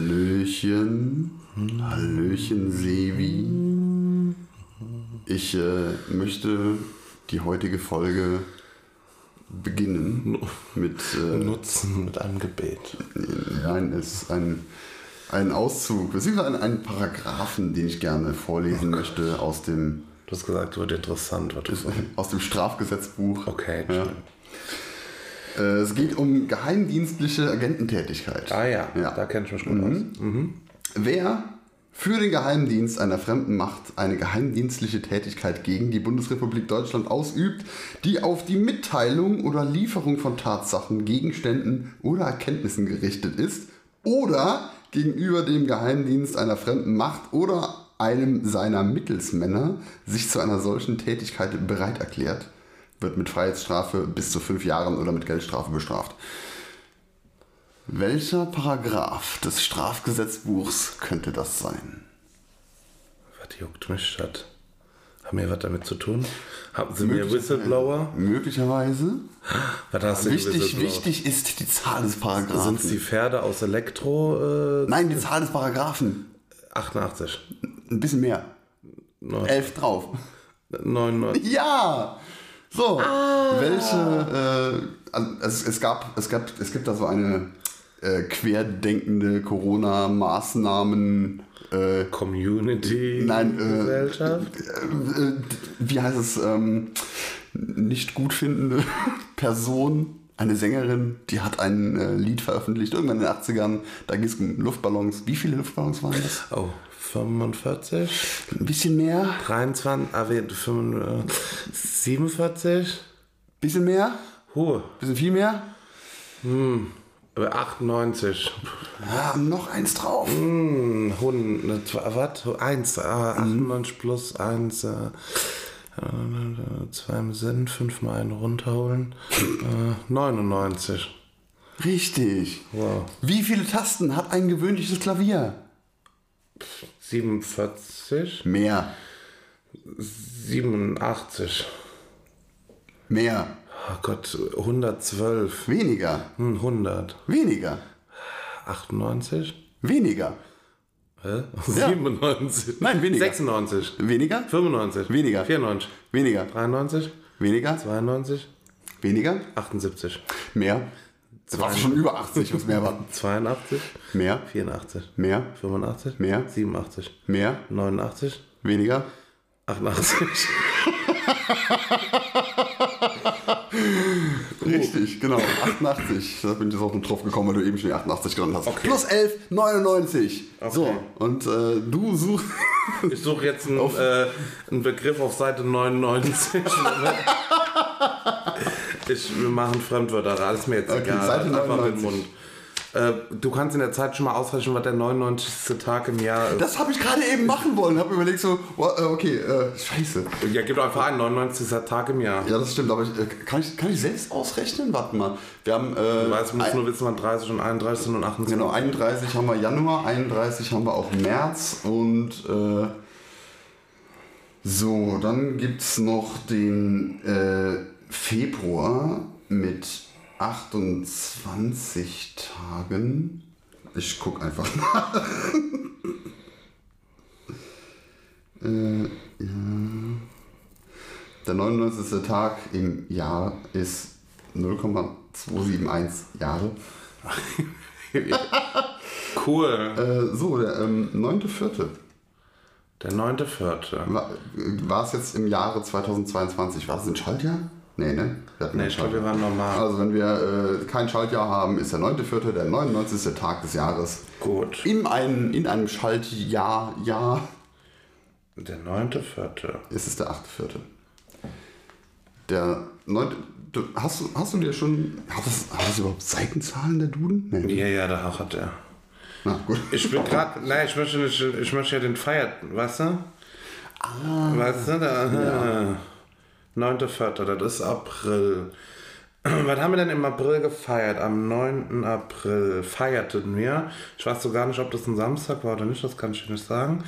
Hallöchen. Hallöchen, Sevi. Ich äh, möchte die heutige Folge beginnen mit. Äh, Nutzen mit einem Gebet. Nein, es ist ein, ein Auszug, beziehungsweise ein, ein Paragraphen, den ich gerne Oh vorlesen möchte aus dem, Du hast gesagt, wird interessant, was du sagst. aus dem Strafgesetzbuch. Okay, Ja. schön. Äh, es geht um geheimdienstliche Agententätigkeit. Ah ja, Mhm. Ja. da kenne ich mich gut aus. Wer für den Geheimdienst einer fremden Macht eine geheimdienstliche Tätigkeit gegen die Bundesrepublik Deutschland ausübt, die auf die Mitteilung oder Lieferung von Tatsachen, Gegenständen oder Erkenntnissen gerichtet ist oder gegenüber dem Geheimdienst einer fremden Macht oder einem seiner Mittelsmänner sich zu einer solchen Tätigkeit bereit erklärt, wird mit Freiheitsstrafe bis zu fünf Jahren oder mit Geldstrafe bestraft. Welcher Paragraph des Strafgesetzbuchs könnte das sein? Was juckt mich das? Haben wir was damit zu tun? Haben Sie mir Whistleblower? Möglicherweise. Was hast du Wichtig, wichtig ist die Zahl des Sind es Paragraphen. die Pferde aus Elektro? Äh, Nein, die Zahl des Paragraphen. 88. Ein bisschen mehr. Neun- Elf drauf. 99. Ja! So, welche, äh, also es, es gab, es gab, es gibt da so eine äh, querdenkende Corona-Maßnahmen, äh, Community Nein, äh, Gesellschaft? äh, äh, wie heißt es, ähm, nicht gutfindende Person, eine Sängerin, die hat ein äh, Lied veröffentlicht, irgendwann in den 80ern, da ging es um Luftballons. Wie viele Luftballons waren das? Oh, 45? Ein bisschen mehr? Ein 23? Ah, wir, äh, 45, 47? bisschen mehr? Ein Huh, bisschen viel mehr? aber 98. Ja, noch eins drauf. Hund, ne, zwei- was? Eins, äh, Mhm. 98 plus eins, äh, äh, zwei im Sinn, fünfmal einen runterholen. äh, 99. Richtig. Wow. Wie viele Tasten hat ein gewöhnliches Klavier? 47, Mehr. 87. Mehr. Oh Gott, 112. Weniger. Hm, 100. Weniger. 98? Weniger. Hä? 97. Nein, weniger. 96. Weniger. 95. Weniger. 94. Weniger. 93. Weniger. 92. Weniger. 78. Mehr. Das war schon über 80, was mehr war. 82. Mehr, 84. mehr, 85. Mehr? 87. mehr, 89. weniger. 88. Richtig, genau. 88. Da bin ich jetzt auch drauf gekommen, weil du eben schon die 88 genannt hast. Okay. Plus 11, 99. Okay. So, und äh, du suchst. Ich suche jetzt einen, äh, einen Begriff auf Seite 99. ich, wir machen Fremdwörter, alles mir jetzt Okay, egal. Seite Einfach mit 99. dem Mund. Äh, du kannst in der Zeit schon mal ausrechnen, was der 99. Tag im Jahr ist. Das habe ich gerade eben machen wollen. Habe überlegt, so, wa- äh, okay, äh, scheiße. ja, gib doch einfach einen 99. Tag im Jahr. Ja, das stimmt, aber ich, äh, kann, ich, kann ich selbst ausrechnen? Warte mal. Wir haben. Äh, Du weißt, du musst ein- nur wissen, wann 30 und 31 sind und 28. Genau, 31 haben wir Januar, 31 haben wir auch März und äh, so, dann gibt es noch den äh, Februar mit 28 Tagen. Ich guck einfach mal. äh, ja. Der 99. Tag im Jahr ist 0,271 Jahre. Cool. Äh, so, der ähm, 9.4. Der 9.4. War, äh, war es jetzt im Jahre 2022? War es ein Schaltjahr? Nee, ne? Wir hatten Nee, ein ich Schaltjahr. glaube, wir waren normal. Also, wenn wir äh, kein Schaltjahr haben, ist der 9.4. der 99. Tag des Jahres. Gut. In, einem in einem Schaltjahr Jahr Der neunte, vierte. ist es der 8.4. Der 9. Du, hast, du, hast du dir schon. Hat das, hat das überhaupt Seitenzahlen, der Duden? Nee. Ja, ja, da hat er. Na gut. Ich bin gerade, nein, ich möchte, nicht, ich möchte ja den Feier, weißt du? Ah. Weißt du, da, neunte, vierte, das ist April. Was haben wir denn im April gefeiert? Am 9. April feierten wir. Ich weiß so gar nicht, ob das ein Samstag war oder nicht, das kann ich nicht sagen.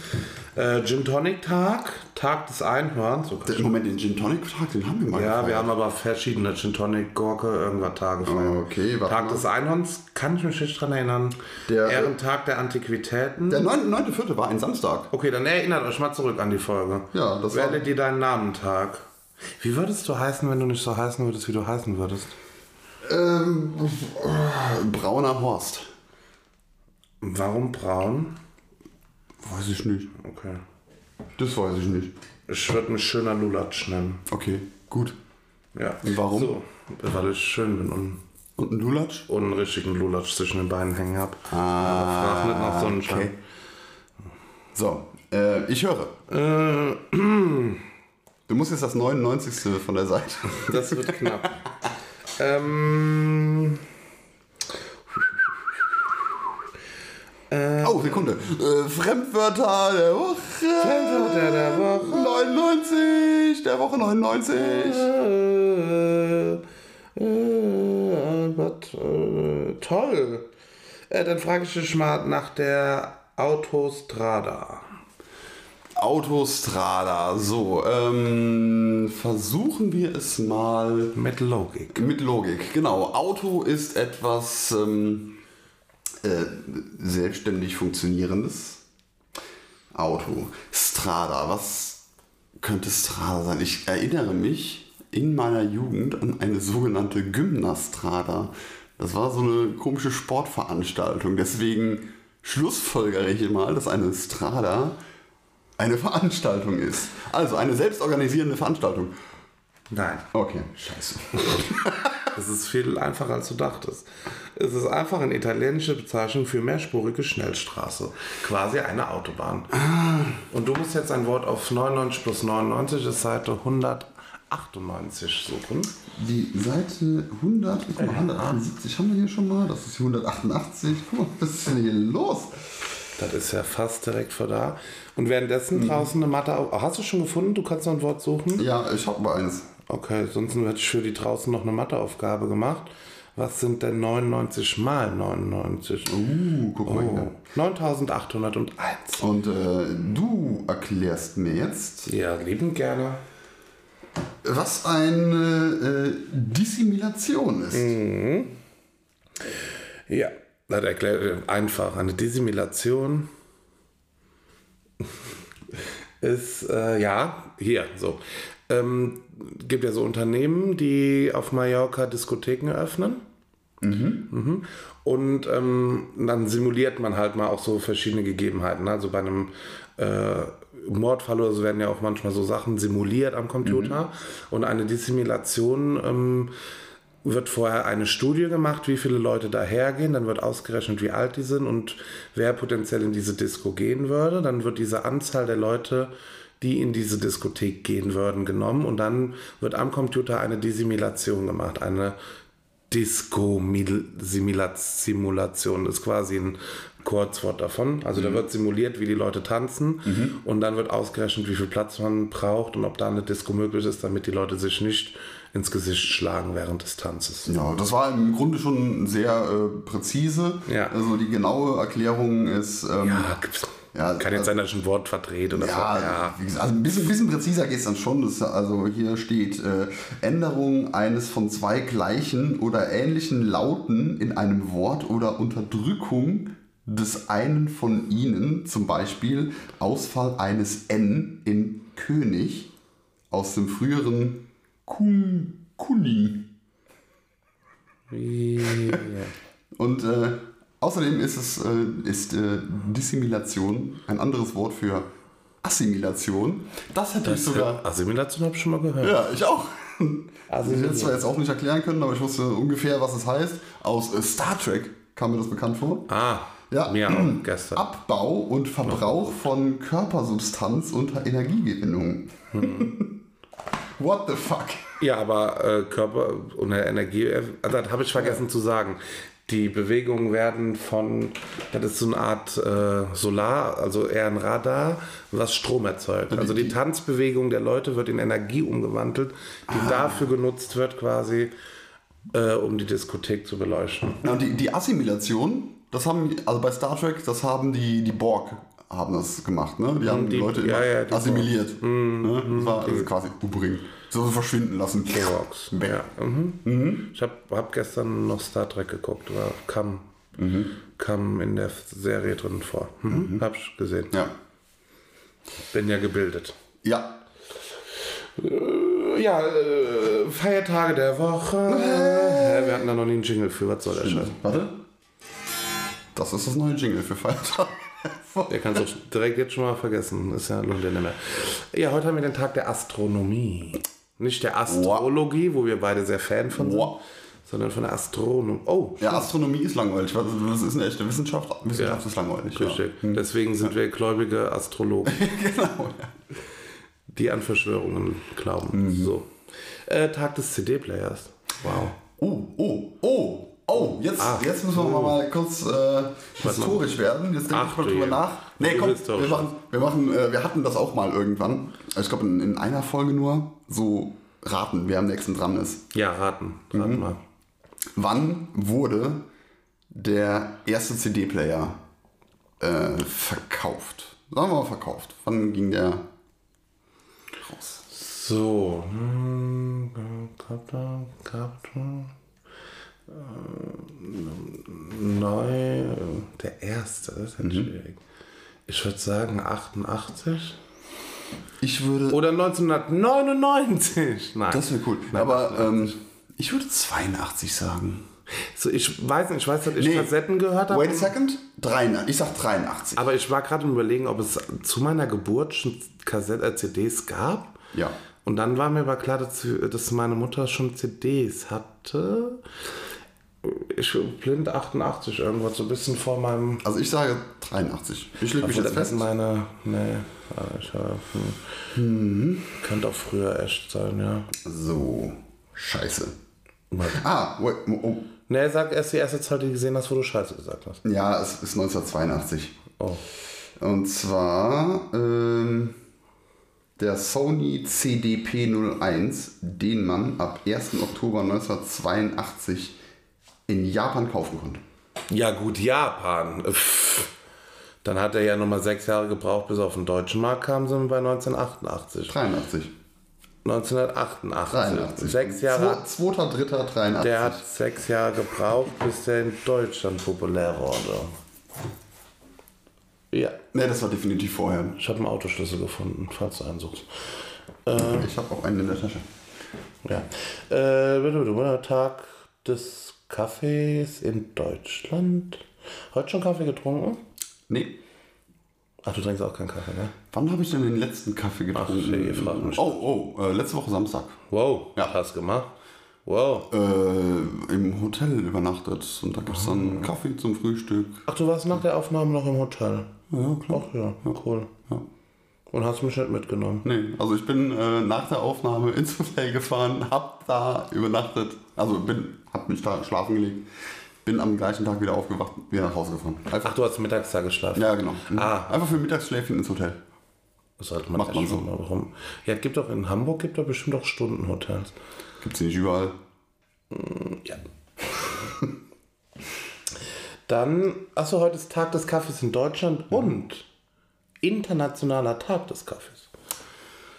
Äh, Gin Tonic Tag, Tag des Einhorns. So kann Der- ich- Moment, den Gin Tonic Tag, den haben wir mal Ja, wir gefeiert. haben aber verschiedene Gin Tonic, Gurke, irgendwas Tage feiern. Okay, warte Tag mal. des Einhorns kann ich mich nicht dran erinnern. Der- äh, Ehrentag der Antiquitäten. Der 9. 9.4. war ein Samstag. okay, dann erinnert euch mal zurück an die Folge. Ja, das war- Werde dir deinen Namen Tag. Wie würdest du heißen, wenn du nicht so heißen würdest, wie du heißen würdest? Ähm, äh, brauner Horst. Warum braun? Weiß ich nicht. Okay. Das weiß ich nicht. Ich würde mich schöner Lulatsch nennen. Okay, gut. Ja. Und warum? So, weil ich schön bin und Und ein Lulatsch? und einen richtigen Lulatsch zwischen den Beinen hängen habe. Ah, Frag nicht nach Sonnenschein. okay. So, äh, ich höre. Äh, Du musst jetzt das 99. von der Seite. Das wird knapp. ähm, Oh, Sekunde. Äh, Fremdwörter der Woche. Fremdwörter der Woche. 99, der Woche 99. äh, äh, was, äh, toll. Äh, dann frage ich dich mal nach der Autostrada. Autostrada. So, ähm, versuchen wir es mal Mit Logik. mit Logik. Genau, Auto ist etwas ähm, äh, selbstständig funktionierendes. Auto. Strada. Was könnte Strada sein? Ich erinnere mich in meiner Jugend an eine sogenannte Gymnastrada. Das war so eine komische Sportveranstaltung. Deswegen schlussfolgere ich mal, dass eine Strada eine Veranstaltung ist. Also eine selbstorganisierende Veranstaltung. Nein, Okay, scheiße. das ist viel einfacher, als du dachtest. Es ist einfach eine italienische Bezeichnung für mehrspurige Schnellstraße. Quasi eine Autobahn. Und du musst jetzt ein Wort auf 99 plus 99 ist Seite 198 suchen. Die Seite 100, guck mal, 178 haben wir hier schon mal. Das ist die 188. Guck mal, was ist denn hier los? Das ist ja fast direkt vor da. Und währenddessen draußen eine Mathe. Oh, hast du schon gefunden? Du kannst noch ein Wort suchen? Ja, ich hab mal eins. Okay, sonst hätte ich für die draußen noch eine Matheaufgabe gemacht. Was sind denn 99 mal 99? Uh, guck mal Oh, hier. 9801. Und äh, du erklärst mir jetzt, Ja, lieben gerne. was eine äh, Dissimilation ist. Mhm. Ja, das erklärt äh, einfach. Eine Dissimilation ist, äh, ja, hier, so. Ähm, gibt ja so Unternehmen, die auf Mallorca Diskotheken eröffnen. Mhm. Und ähm, dann simuliert man halt mal auch so verschiedene Gegebenheiten. Also bei einem äh, Mordfall oder so werden ja auch manchmal so Sachen simuliert am Computer. Und eine Dissimilation ähm, wird vorher eine Studie gemacht, wie viele Leute da hergehen, dann wird ausgerechnet, wie alt die sind und wer potenziell in diese Disco gehen würde. Dann wird diese Anzahl der Leute, die in diese Diskothek gehen würden, genommen und dann wird am Computer eine Dissimilation gemacht, eine Disco-Simulation ist quasi ein Kurzwort davon. Also da wird simuliert, wie die Leute tanzen und dann wird ausgerechnet, wie viel Platz man braucht und ob da eine Disco möglich ist, damit die Leute sich nicht ins Gesicht schlagen während des Tanzes. Ja, das war im Grunde schon sehr äh, präzise. Ja. Also die genaue Erklärung ist. Ähm, Ja, Ah, gibt's. Ja, Kann jetzt sein, dass ich ein Wort verdreht oder Ja, so. Ja. Wie gesagt, also ein bisschen, bisschen präziser geht es dann schon. Das, also hier steht äh, Änderung eines von zwei gleichen oder ähnlichen Lauten in einem Wort oder Unterdrückung des einen von ihnen, zum Beispiel Ausfall eines N in König aus dem früheren Kun, Kuning. Und äh, außerdem ist es äh, ist äh, Dissimilation ein anderes Wort für Assimilation. Das hätte ich sogar. Assimilation habe ich schon mal gehört. Ja, ich auch. Also ich hätte es Assimilation. zwar jetzt auch nicht erklären können, aber ich wusste ungefähr, was es heißt. Aus äh, Star Trek kam mir das bekannt vor. Ah, Ja. mir auch gestern. Abbau und Verbrauch von Körpersubstanz unter Energiegewinnung. Hm. What the fuck? Ja, aber äh, Körper und Energie, äh, das habe ich vergessen zu sagen. Die Bewegungen werden von, das ist so eine Art äh, Solar, also eher ein Radar, was Strom erzeugt. Also die Ah. Tanzbewegung der Leute wird in Energie umgewandelt, die dafür genutzt wird, quasi äh, um die Diskothek zu beleuchten. Ja, und die, die Assimilation, das haben, also bei Star Trek, das haben die, die Borg haben das gemacht, ne? Die haben die, Hm, Leute die- ja, immer ja, die Hm, assimiliert. Ne? Das war also quasi umbringen. So verschwinden lassen. Xerox. Weg. Ja. Mhm. Ich habe hab gestern noch Star Trek geguckt, war, kam, kam in der Serie drin vor. Mhm. Hab ich gesehen. Ja. Bin ja gebildet. Ja. Ja, äh, Feiertage der Woche. Äh. Hä, Wir hatten da noch nie einen Jingle für. Was soll der Scheiß? Warte. Das ist das neue Jingle für Feiertag. Der kann es auch direkt jetzt schon mal vergessen. Ist ja lohnt ja nicht mehr. Ja, heute haben wir den Tag der Astronomie. Nicht der Astrologie, wo wir beide sehr Fan von sind, Wow. sondern von der Astronomie. Oh, Ja, Astronomie ist langweilig. Was- Das ist eine echte Wissenschaft. Wissenschaft Ja. ist langweilig. Ja. Hm. richtig. Deswegen sind wir gläubige Astrologen, genau. Ja. Mhm. die an Verschwörungen glauben. So. Äh, Tag des CD-Players. Wow. Oh, oh, oh, oh, jetzt, jetzt müssen wir mal kurz äh, historisch werden. Jetzt denke Ach ich mal du drüber je. nach. Nee, Du komm, bist doch wir schon. machen, wir machen, äh, wir hatten das auch mal irgendwann. Ich glaube in, in einer Folge nur so raten, wer am nächsten dran ist. Ja, raten. Raten Mhm. mal. Wann wurde der erste CD-Player äh, verkauft? Sagen wir mal verkauft. Wann ging der raus? So. Hm, Kapitel, Kapitel. Ähm, Neu. Der erste, das ist Mhm. halt schwierig. Ich würde sagen 88. Ich würde. Oder 1999. Nein. Oh, Das wäre cool. Aber ähm, ich würde 82 sagen. so, ich weiß nicht, ich weiß, dass ich Nee. Kassetten gehört Wait a habe. second. 83. Ich sag 83. Aber ich war gerade im Überlegen, ob es zu meiner Geburt schon Kassette, äh, CDs gab. Ja. Und dann war mir aber klar, dass, dass meine Mutter schon CDs hatte. Ich blind 88 irgendwas, so ein bisschen vor meinem. Also ich sage 83. Ich lege mich jetzt fest. Meine, nee, aber ich hab, hm. Könnte auch früher echt sein, ja. So. Scheiße. Warte. Ah, wait, oh. Nee, sag erst die erste Zahl, die du gesehen hast, wo du Scheiße gesagt hast. ja, es ist 1982. Oh. Und zwar ähm, der Sony CDP-01, den man ab 1. Oktober 1982 in Japan kaufen konnte. Ja, gut, Japan. Pff. Dann hat er ja nochmal sechs Jahre gebraucht, bis er auf den deutschen Markt kam, sind wir bei 1988. 83. 1988. 83. Also Sechs Jahre. 2.3.83. Der hat sechs Jahre gebraucht, bis der in Deutschland populär wurde. Ja, Ne, das war definitiv vorher. ich habe einen Autoschlüssel gefunden, falls du einen suchst. Ich habe auch einen in der Tasche. Ja. Äh, bitte, bitte, bitte, Tag des Kaffees in Deutschland. Heute schon Kaffee getrunken? Nee. Ach, du trinkst auch keinen Kaffee, ne? Wann habe ich denn den letzten Kaffee shit, getrunken? ihr fragt mich. oh, oh, äh, letzte Woche Samstag. Wow, Ja. hast gemacht. Wow. Äh, Im Hotel übernachtet und da gibt es Ah. dann Kaffee zum Frühstück. Ach, du warst nach der Aufnahme noch im Hotel. Ja, klar. Ach ja, cool. Ja. Und hast mich nicht mitgenommen. Nee, also ich bin äh, nach der Aufnahme ins Hotel gefahren, hab da übernachtet, also bin, hab mich da schlafen gelegt, bin am gleichen Tag wieder aufgewacht, wieder nach Hause gefahren. Einfach, Ach, du hast mittags da geschlafen. ja, genau. Ah. Einfach für Mittagsschläfchen ins Hotel. Sollte man Macht Macht man man schon mal rum. Ja, es gibt doch in Hamburg gibt doch bestimmt auch Stundenhotels. Gibt's nicht überall. Ja. Dann, achso, heute ist Tag des Kaffees in Deutschland Mhm. und internationaler Tag des Kaffees.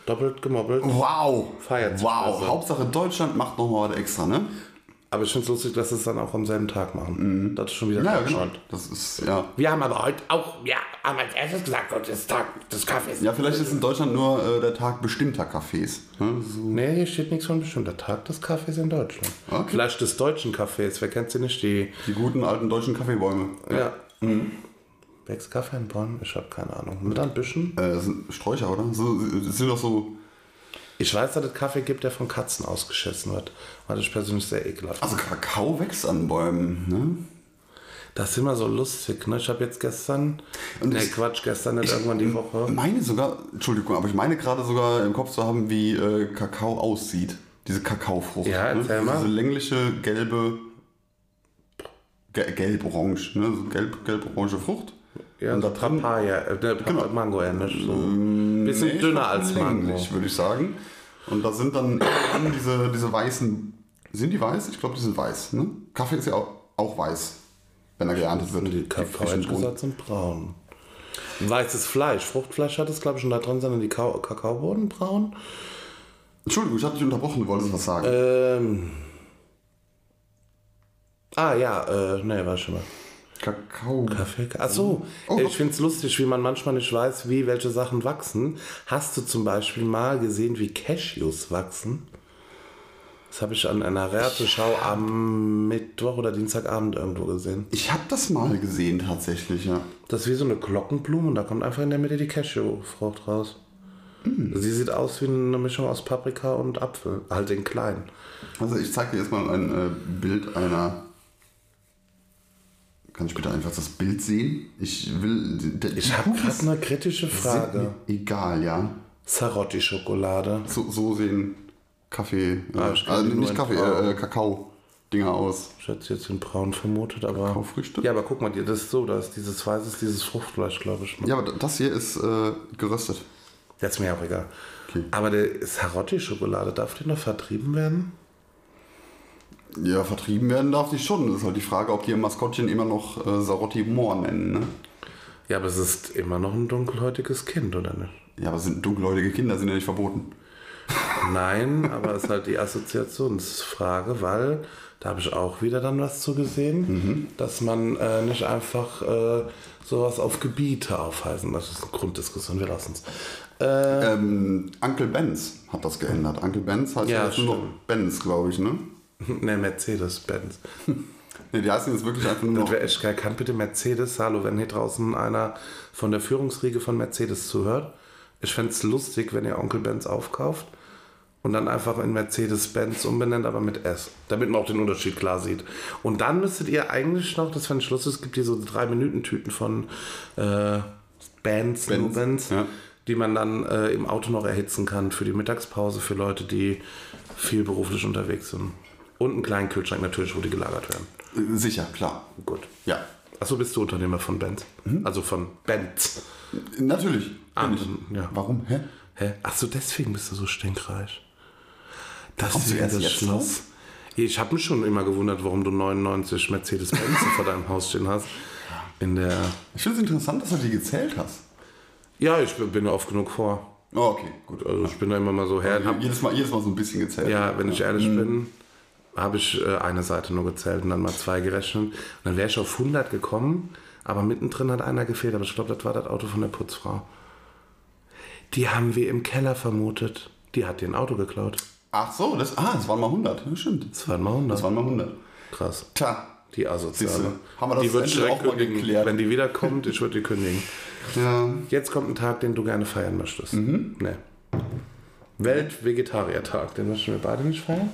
Doppelt gemobbelt. Oh. Wow! Feiert. Wow! Also- Hauptsache Deutschland macht nochmal was extra, ne? Aber ich finde es lustig, dass sie es dann auch am selben Tag machen. Das ist schon wieder Ja, ja, genau. Deutschland. Das ist, ja. Wir haben aber heute auch, ja, haben als erstes gesagt, heute ist Tag des Kaffees. Ja, vielleicht ist in Deutschland nur äh, der Tag bestimmter Cafés. Ne? So. Nee, hier steht nichts von bestimmter Tag des Kaffees in Deutschland. Okay. Vielleicht des deutschen Kaffees, wer kennt sie nicht? Die Die guten alten deutschen Kaffeebäume. Ja. Wächst Kaffee in Bonn? Ich habe keine Ahnung. Mit ein bisschen? Äh, das sind Sträucher, oder? So, das sind doch so. Ich weiß, dass es Kaffee gibt, der von Katzen ausgeschissen wird. Weil ich persönlich sehr ekelhaft. Also Kakao wächst an Bäumen, ne? Das ist immer so lustig, ne? Ich habe jetzt gestern. Und ne, ich- Quatsch, gestern nicht irgendwann die Woche. Meine sogar, Entschuldigung, aber ich meine gerade sogar im Kopf zu haben, wie äh, Kakao aussieht. Diese Kakaofrucht. Ja, erzähl ne? mal. Diese längliche, gelbe, ge gelb-orange, ne? So gelb- gelb-orange Frucht. Ja, Und da so drin genau. Mm, Papaya, äh, ne, Pap- Mango ähnlich. So. Bisschen Nee, ich dünner glaub, als Mango. länglich, würde ich sagen. Und da sind dann eben diese, diese weißen Sind die weiß? Ich glaube, die sind weiß. Ne? Kaffee ist ja auch, auch weiß, wenn er geerntet wird. Die frischen Kaffee Bohnen. gesagt sind braun. Weißes Fleisch. Fruchtfleisch hat es, glaube ich, schon da drin, sondern die Ka Kakaobohnen braun. Entschuldigung, ich habe dich unterbrochen, du wolltest was sagen. Ähm. Ah ja, äh, nee, war schon mal. Kakao. Kaffee. Achso, Oh. Äh, ich finde es lustig, wie man manchmal nicht weiß, wie welche Sachen wachsen. Hast du zum Beispiel mal gesehen, wie Cashews wachsen? Das habe ich an einer Werteschau am Mittwoch oder Dienstagabend irgendwo gesehen. Ich habe das mal gesehen tatsächlich, ja. Das ist wie so eine Glockenblume und da kommt einfach in der Mitte die Cashewfrucht raus. Sie sieht aus wie eine Mischung aus Paprika und Apfel, halt in klein. Also ich zeige dir jetzt mal ein äh, Bild einer... Kann ich bitte einfach das Bild sehen? Ich will... Der, Ich habe gerade eine kritische Frage. Egal, ja. Sarotti-Schokolade. So, so sehen Kaffee... Äh, Ah, ich kann also die nur nicht in Kaffee, Braun. äh, Kakao-Dinger aus. Ich hätte es jetzt in Braun vermutet, aber... Kaufrüchte? Ja, aber guck mal, das ist so, da ist dieses Weiß ist dieses Fruchtfleisch, glaube ich. Ja, aber das hier ist äh, geröstet. Das ist mir auch egal. Aber der Sarotti-Schokolade, darf die noch vertrieben werden? Ja, vertrieben werden darf die schon. Das ist halt die Frage, ob die ihr Maskottchen immer noch äh, Sarotti Moor nennen. Ne? Ja, aber es ist immer noch ein dunkelhäutiges Kind, oder nicht? Ja, aber sind dunkelhäutige Kinder, sind ja nicht verboten. Nein, aber es ist halt die Assoziationsfrage, weil da habe ich auch wieder dann was zu gesehen, dass man äh, nicht einfach äh, sowas auf Gebiete aufheißen. Das ist eine Grunddiskussion, wir lassen es. Äh, Ähm, Uncle Benz hat das geändert. Uncle Benz heißt Ja, ja, jetzt nur noch Benz, glaube ich, ne? ne, Mercedes-Benz. Ne, die heißen jetzt wirklich einfach nur Das noch. wäre echt geil. Kann bitte Mercedes, hallo, wenn hier draußen einer von der Führungsriege von Mercedes zuhört. Ich fände es lustig, wenn ihr Onkel Benz aufkauft und dann einfach in Mercedes-Benz umbenennt, aber mit S, damit man auch den Unterschied klar sieht. Und dann müsstet ihr eigentlich noch, das fände ich lustig, es gibt hier so 3-Minuten-Tüten von äh, Bands, nur Benz, Benz, ja. die man dann äh, im Auto noch erhitzen kann für die Mittagspause, für Leute, die viel beruflich unterwegs sind. Und einen kleinen Kühlschrank natürlich, wo die gelagert werden. Äh, Sicher, klar. Gut. Ja. Achso, bist du Unternehmer von Benz? Mhm. Also von Benz. Natürlich. Ah, Bin ich. ähm, ja. Warum? Hä? Hä? Achso, deswegen bist du so stinkreich. Das Kommst du ist erst das jetzt Schloss. Ich habe mich schon immer gewundert, warum du 99 Mercedes-Benz vor deinem Haus stehen hast. In der. Ich finde es interessant, dass du die gezählt hast. Ja, ich bin oft genug vor. Oh, okay, gut. Also ich bin da immer mal so her. Hab, Jedes Mal, jedes Mal so ein bisschen gezählt. ja, wenn ich ehrlich Mhm. bin, habe ich äh, eine Seite nur gezählt und dann mal zwei gerechnet. Und dann wäre ich auf 100 gekommen, aber mittendrin hat einer gefehlt. Aber ich glaube, das war das Auto von der Putzfrau. Die haben wir im Keller vermutet. Die hat dir ein Auto geklaut. Ach so, das, ah, das waren mal 100. Ja, stimmt. Das waren mal 100. Das waren mal 100. Krass. Tja. Die Asoziale. Siehste, haben wir das die wird endlich direkt auch mal kündigen. geklärt. Wenn die wiederkommt, ich würde die kündigen. Ja. Jetzt kommt ein Tag, den du gerne feiern möchtest. Mhm. Nee. Weltvegetariertag. Den möchten wir beide nicht feiern.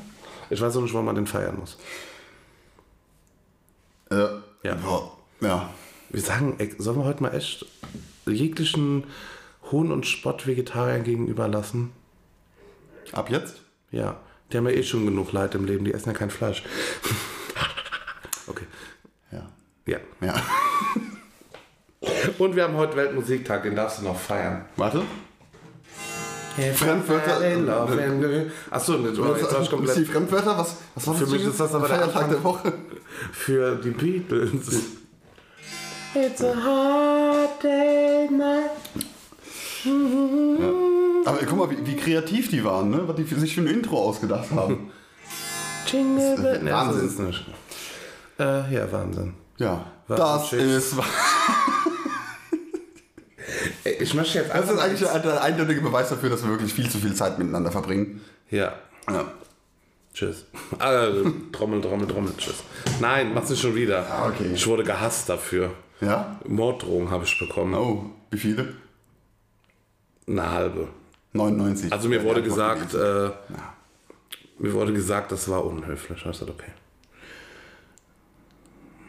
Ich weiß auch nicht, wann man den feiern muss. Äh, Ja. ja. Ja. Wir sagen, ey, sollen wir heute mal echt jeglichen Hohn und Spott Vegetariern gegenüber lassen? Ab jetzt? Ja, die haben ja eh schon genug Leid im Leben, die essen ja kein Fleisch. okay, Ja. ja. Ja. Und wir haben heute Weltmusiktag, den darfst du noch feiern. Warte. Fremdwörter- Achso, ne, du- jetzt war ich äh, Die komplett Fremdwörter, was, was war Für mich jetzt? ist das aber der Feiertag der Woche. für die Beatles. Aber guck mal, wie, wie kreativ die waren, ne? was die für sich für ein Intro ausgedacht haben. Jingle Bell. Nee, Wahnsinn. das ist nicht. Äh, ja, Wahnsinn. Ja. Warte, das tschüss. ist, Ey, Ich möchte jetzt das ist eigentlich ein, ein eindeutiger Beweis dafür, dass wir wirklich viel zu viel Zeit miteinander verbringen. Ja, Ja. Tschüss. Also, Trommel, Trommel, Trommel, tschüss. Nein, mach's nicht schon wieder. Ah, okay. Ich wurde gehasst dafür. ja? Morddrohung habe ich bekommen. Oh, wie viele? Eine halbe. 99. Also mir Ja, wurde die Antwort gesagt, gelesen. äh, mir wurde gesagt, das war unhöflich. Ich sagte, okay.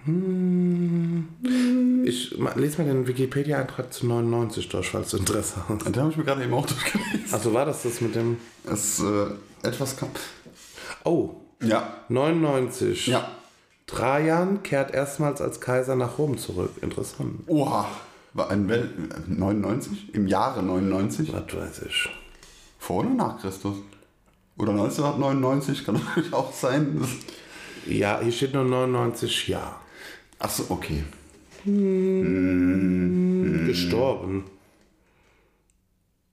Hm. Ich ma- lese mir den Wikipedia-Eintrag zu 99 durch, falls du Interesse hast. Den habe ich mir gerade eben auch durchgelesen. Also war das das mit dem... Es äh, etwas kam. Oh, Ja. 99. Ja. Trajan kehrt erstmals als Kaiser nach Rom zurück. Interessant. Oha. War ein Wel 99? Im Jahre 99? Was weiß ich. Vor oder nach Christus? Oder 1999, kann natürlich auch sein. Ja, hier steht nur 99 Ja. Achso, okay. Mhm. Gestorben.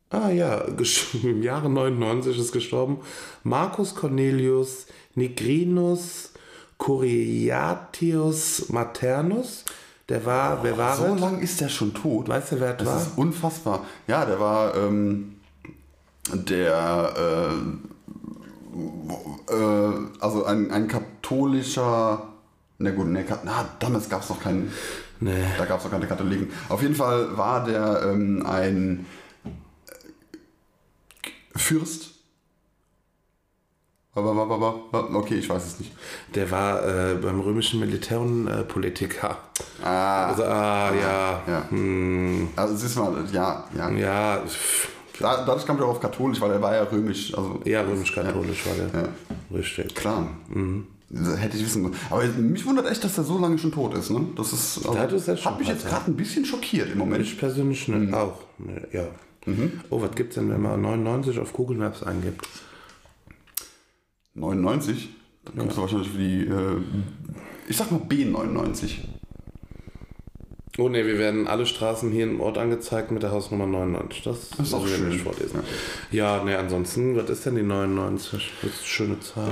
Ah ja, gesch- im Jahre 99 ist gestorben Marcus Cornelius Nigrinus Curiatius Maternus. Der war, wer war So er? lang ist der schon tot. Weißt du, wer das Das war? ist unfassbar. Ja, der war ähm, der, äh, äh, also ein, ein katholischer, na gut, ne, Ka- na, damals gab es noch keinen, Nee. da gab es noch keine Katholiken. Auf jeden Fall war der ähm, ein Fürst. Aber, aber, aber, aber, okay, ich weiß es nicht. Der war äh, beim römischen Militär und äh, Politiker. Ah, Also, ah, ja. ja. Also, siehst du mal, ja, ja. Ja, pff, Da, dadurch kam ich auch auf katholisch, weil er war ja römisch. Also, ja römisch-katholisch war der. Ja. Richtig. Klar. Mhm. Das Hätte ich wissen müssen. Aber mich wundert echt, dass der so lange schon tot ist. Ne? Das ist, also, Das ist ja schon hat mich krass, jetzt gerade ein bisschen schockiert im Moment. Ich persönlich ne, Mhm. auch. Ne, ja. Oh, was gibt's denn, wenn man 99 auf Google Maps eingibt? 99. Dann kommst du wahrscheinlich für die, äh, ich sag mal B99. Oh ne, wir werden alle Straßen hier im Ort angezeigt mit der Hausnummer 99. Das, ist auch müssen schön. wir nicht vorlesen. Ja, ne, ansonsten, was ist denn die 99? Das ist eine schöne Zahl.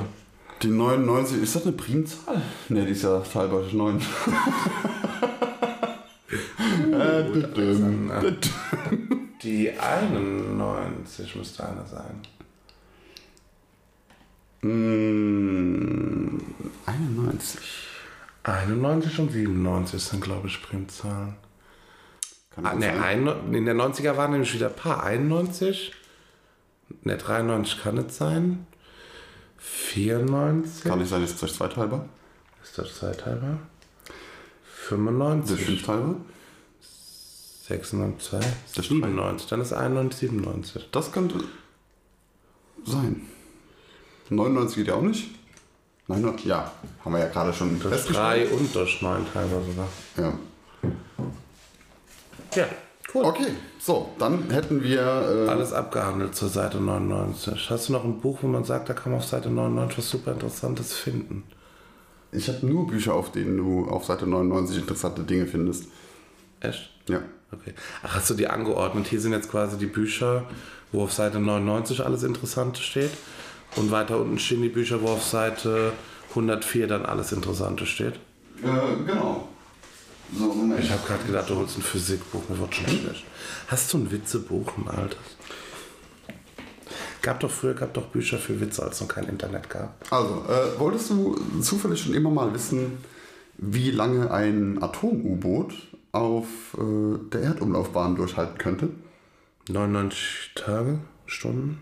Die 99, ist das eine Primzahl? Ne, die ist ja teilweise 9. Äh, tütüm. also, ne. Die 91 müsste eine sein. Mm, 91. 91 und 97 sind, glaube ich, Primzahlen. Kann Ah, das ne, sein? ein- in der 90er waren nämlich wieder ein paar. 91, ne, 93 kann es sein. 94. Kann nicht sein, ist das zweiteilbar? Ist das zeithalber? Ist das 95, fünfteilbar? 96, Das 97, dann ist 91, 97. Das könnte sein. 99 geht ja auch nicht. Nein, nur- ja, haben wir ja gerade schon Durch festgestellt. 3 und durch 9 halber sogar. Ja. Ja, cool. Okay, so, dann hätten wir. Alles abgehandelt zur Seite 99. Hast du noch ein Buch, wo man sagt, da kann man auf Seite 99 was super Interessantes finden? Äh, ich habe nur Bücher, auf denen du auf Seite 99 interessante Dinge findest. Echt? Ja. Okay. Ach, hast du die angeordnet? Hier sind jetzt quasi die Bücher, wo auf Seite 99 alles Interessante steht. Und weiter unten stehen die Bücher, wo auf Seite 104 dann alles Interessante steht. genau. So, Moment. Ich habe gerade gedacht, du holst ein Physikbuch, mir wird schon schlecht. Hast du ein Witzebuch, ein altes? Gab doch früher gab doch Bücher für Witze, als es noch kein Internet gab. Also, äh, wolltest du zufällig schon immer mal wissen, wie lange ein Atom-U-Boot auf äh, der Erdumlaufbahn durchhalten könnte? 99 Tage, Stunden?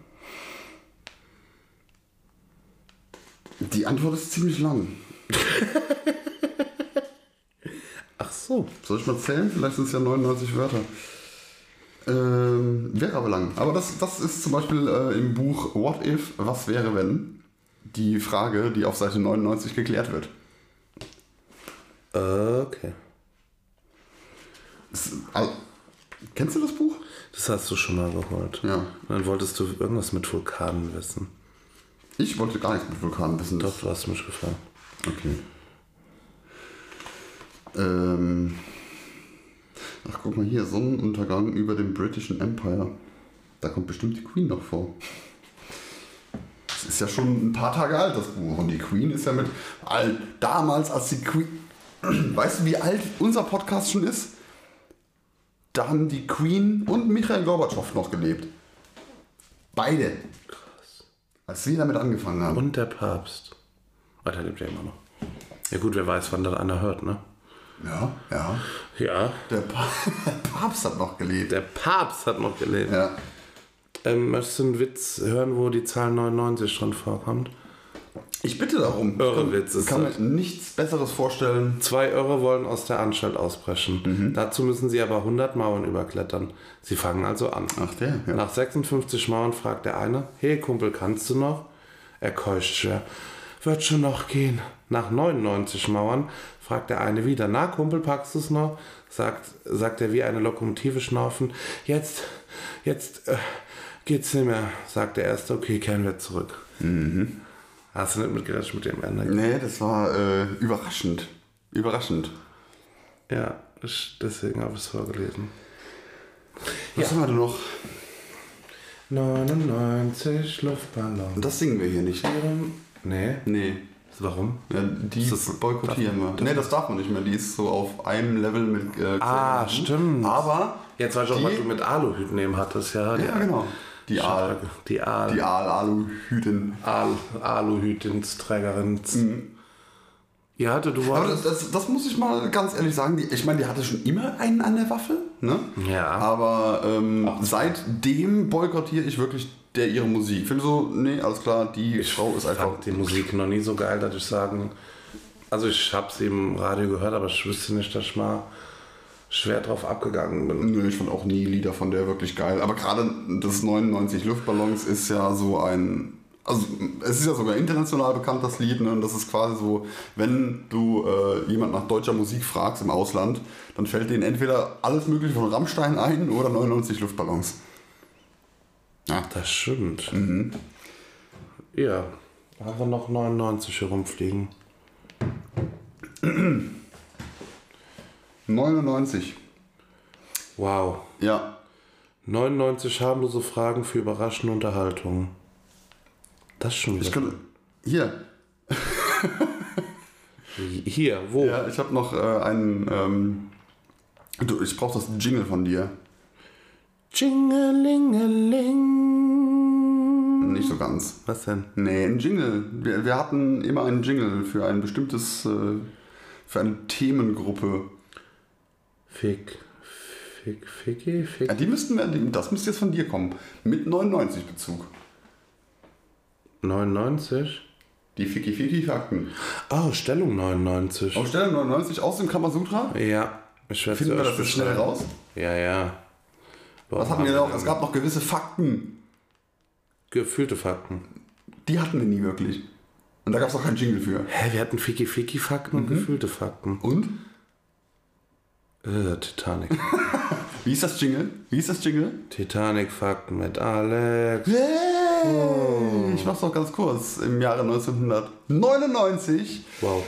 Die Antwort ist ziemlich lang. Ach so. Soll ich mal zählen? Vielleicht sind es ja 99 Wörter. Ähm, wäre aber lang. Aber das, das ist zum Beispiel äh, im Buch What If, was wäre wenn? Die Frage, die auf Seite 99 geklärt wird. Okay. Es- also, kennst du das Buch? Das hast du schon mal geholt. Ja. Und dann wolltest du irgendwas mit Vulkanen wissen. Ich wollte gar nichts mit Vulkanen wissen. Doch, du hast mich gefragt. Okay. Ähm, ach, guck mal hier, Sonnenuntergang über dem Britischen Empire. Da kommt bestimmt die Queen noch vor. Das ist ja schon ein paar Tage alt, das Buch. Und die Queen ist ja mit alt. Damals, als die Queen. Weißt du, wie alt unser Podcast schon ist? Da haben die Queen und Michael Gorbatschow noch gelebt. Beide. Als sie damit angefangen haben. Und der Papst. Ah, der lebt ja immer noch. Ja gut, wer weiß, wann das einer hört, ne? Ja, ja. Ja. Der, pa der Papst hat noch gelebt. Der Papst hat noch gelebt. Ja. Ähm, möchtest du einen Witz hören, wo die Zahl 99 drin vorkommt? Ich bitte darum. Irrewitz Ich ist kann das. mir nichts Besseres vorstellen. Zwei Irre wollen aus der Anstalt ausbrechen. Dazu müssen sie aber 100 Mauern überklettern. Sie fangen also an. Ach der, ja. Nach 56 Mauern fragt der eine, hey Kumpel, kannst du noch? Er keucht schwer, wird schon noch gehen. Nach 99 Mauern fragt der eine wieder, na Kumpel, packst du es noch? Sagt, sagt er wie eine Lokomotive schnaufen, jetzt, jetzt, äh, Geht's nicht mehr, sagt der Erste, okay, kehren wir zurück. Mhm. Hast du nicht mitgerechnet mit dem Ende? Nee, das war äh, überraschend. Überraschend. Ja, ich, deswegen habe ich es vorgelesen. Was haben wir denn noch? 99 Luftballon. Das singen wir hier nicht. Nee, Nee. warum? Ja, die Ist das- boykottieren wir. Nee, das darf man nicht mehr. Die ist so auf einem Level mit. Äh, Ah, stimmt. Aber. Jetzt weiß ich auch, die, was du mit Aluhüten eben hattest, ja. Ja, genau. Die Aal. Die Aal. Die Aal-Aluhüten. Al Aluhütensträgerin. Ja, du, du Mhm. Aber wolltest. das, das, das muss ich mal ganz ehrlich sagen. Die, ich meine, die hatte schon immer einen an der Waffel. Ne? Ja. Aber ähm, seitdem boykottiere ich wirklich der ihre Musik. Ich finde so, nee, alles klar, die Frau ist einfach. fand die Musik noch nie so geil, dass ich sagen. Also ich habe sie im Radio gehört, aber ich wüsste nicht, dass ich mal schwer drauf abgegangen bin. Nö, ich fand auch nie Lieder von der wirklich geil. Aber gerade das 99 Luftballons ist ja so ein. Also, es ist ja sogar international bekannt, das Lied. Ne? Und das ist quasi so, wenn du äh, jemand nach deutscher Musik fragst im Ausland, dann fällt denen entweder alles Mögliche von Rammstein ein oder 99 Luftballons. Das stimmt. Mhm. Ja. Haben wir noch 99 herumfliegen? 99. Wow. Ja. 99 harmlose Fragen für überraschende Unterhaltung. Das ist schon wieder. Ich könnte. Hier. Hier, wo? Ja, ich habe noch äh, einen. Ähm, du, ich brauche das Jingle von dir. Jingelingeling. Nicht so ganz. Was denn? Nee, ein Jingle. Wir, wir hatten immer einen Jingle für ein bestimmtes, äh, für eine Themengruppe. Fick. Fick, Ficky, Fick. Ja, die müssten wir, die- das müsste jetzt von dir kommen. Mit 99 Bezug. 99? Die Fiki Fiki Fakten. Oh, Stellung 99. Auf Stelle 99 aus dem Kamasutra. Ja, ich werde Finden wir das jetzt schnell raus? Ja, ja. Was hatten wir noch? Es gab noch gewisse Fakten. Gefühlte Fakten. Die hatten wir nie wirklich. Und da gab es auch keinen Jingle für. Hä, wir hatten Ficky Ficky Fakten und gefühlte Fakten. Mhm. Und? Äh, Titanic. Wie ist das Jingle? Wie ist das Jingle? Titanic Fakten mit Alex. Hey! Ich mach's noch ganz kurz. Im Jahre 1999 Wow.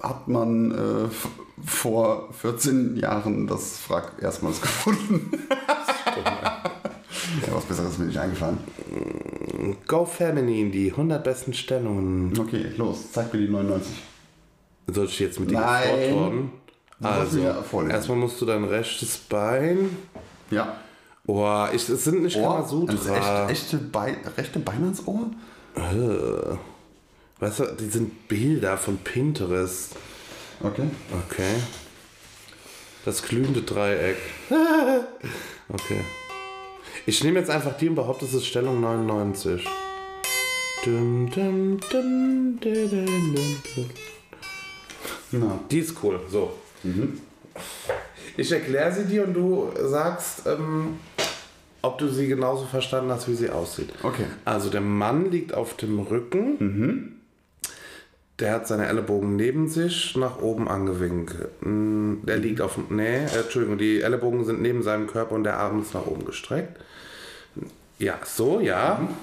hat man äh, f- vor 14 Jahren das Wrack erstmals gefunden. ja, was Besseres ist mir nicht eingefallen. Go Feminine, die 100 besten Stellungen. Okay, los, zeig mir die 99. Soll ich jetzt mit dir Nein. fortfahren? musst Also, mir ja vorlesen. erstmal musst du dein rechtes Bein. Ja. Boah, ich, es sind nicht das ist Kamasutra. echt, echte Bei rechte Bein ans Ohr? Weißt du, die sind Bilder von Pinterest. Okay. Okay. Das glühende Dreieck. okay. Ich nehme jetzt einfach die und behaupte, es ist Stellung 99. Dum, dum, dum, dum, dum, dum. Na. Die ist cool, so. Ich erkläre sie dir und du sagst, ähm, ob du sie genauso verstanden hast, wie sie aussieht. Okay. Also der Mann liegt auf dem Rücken. Der hat seine Ellenbogen neben sich nach oben angewinkelt. Mm, Der liegt auf dem. Nee, äh, Entschuldigung, die Ellenbogen sind neben seinem Körper und der Arm ist nach oben gestreckt. Ja, so, ja.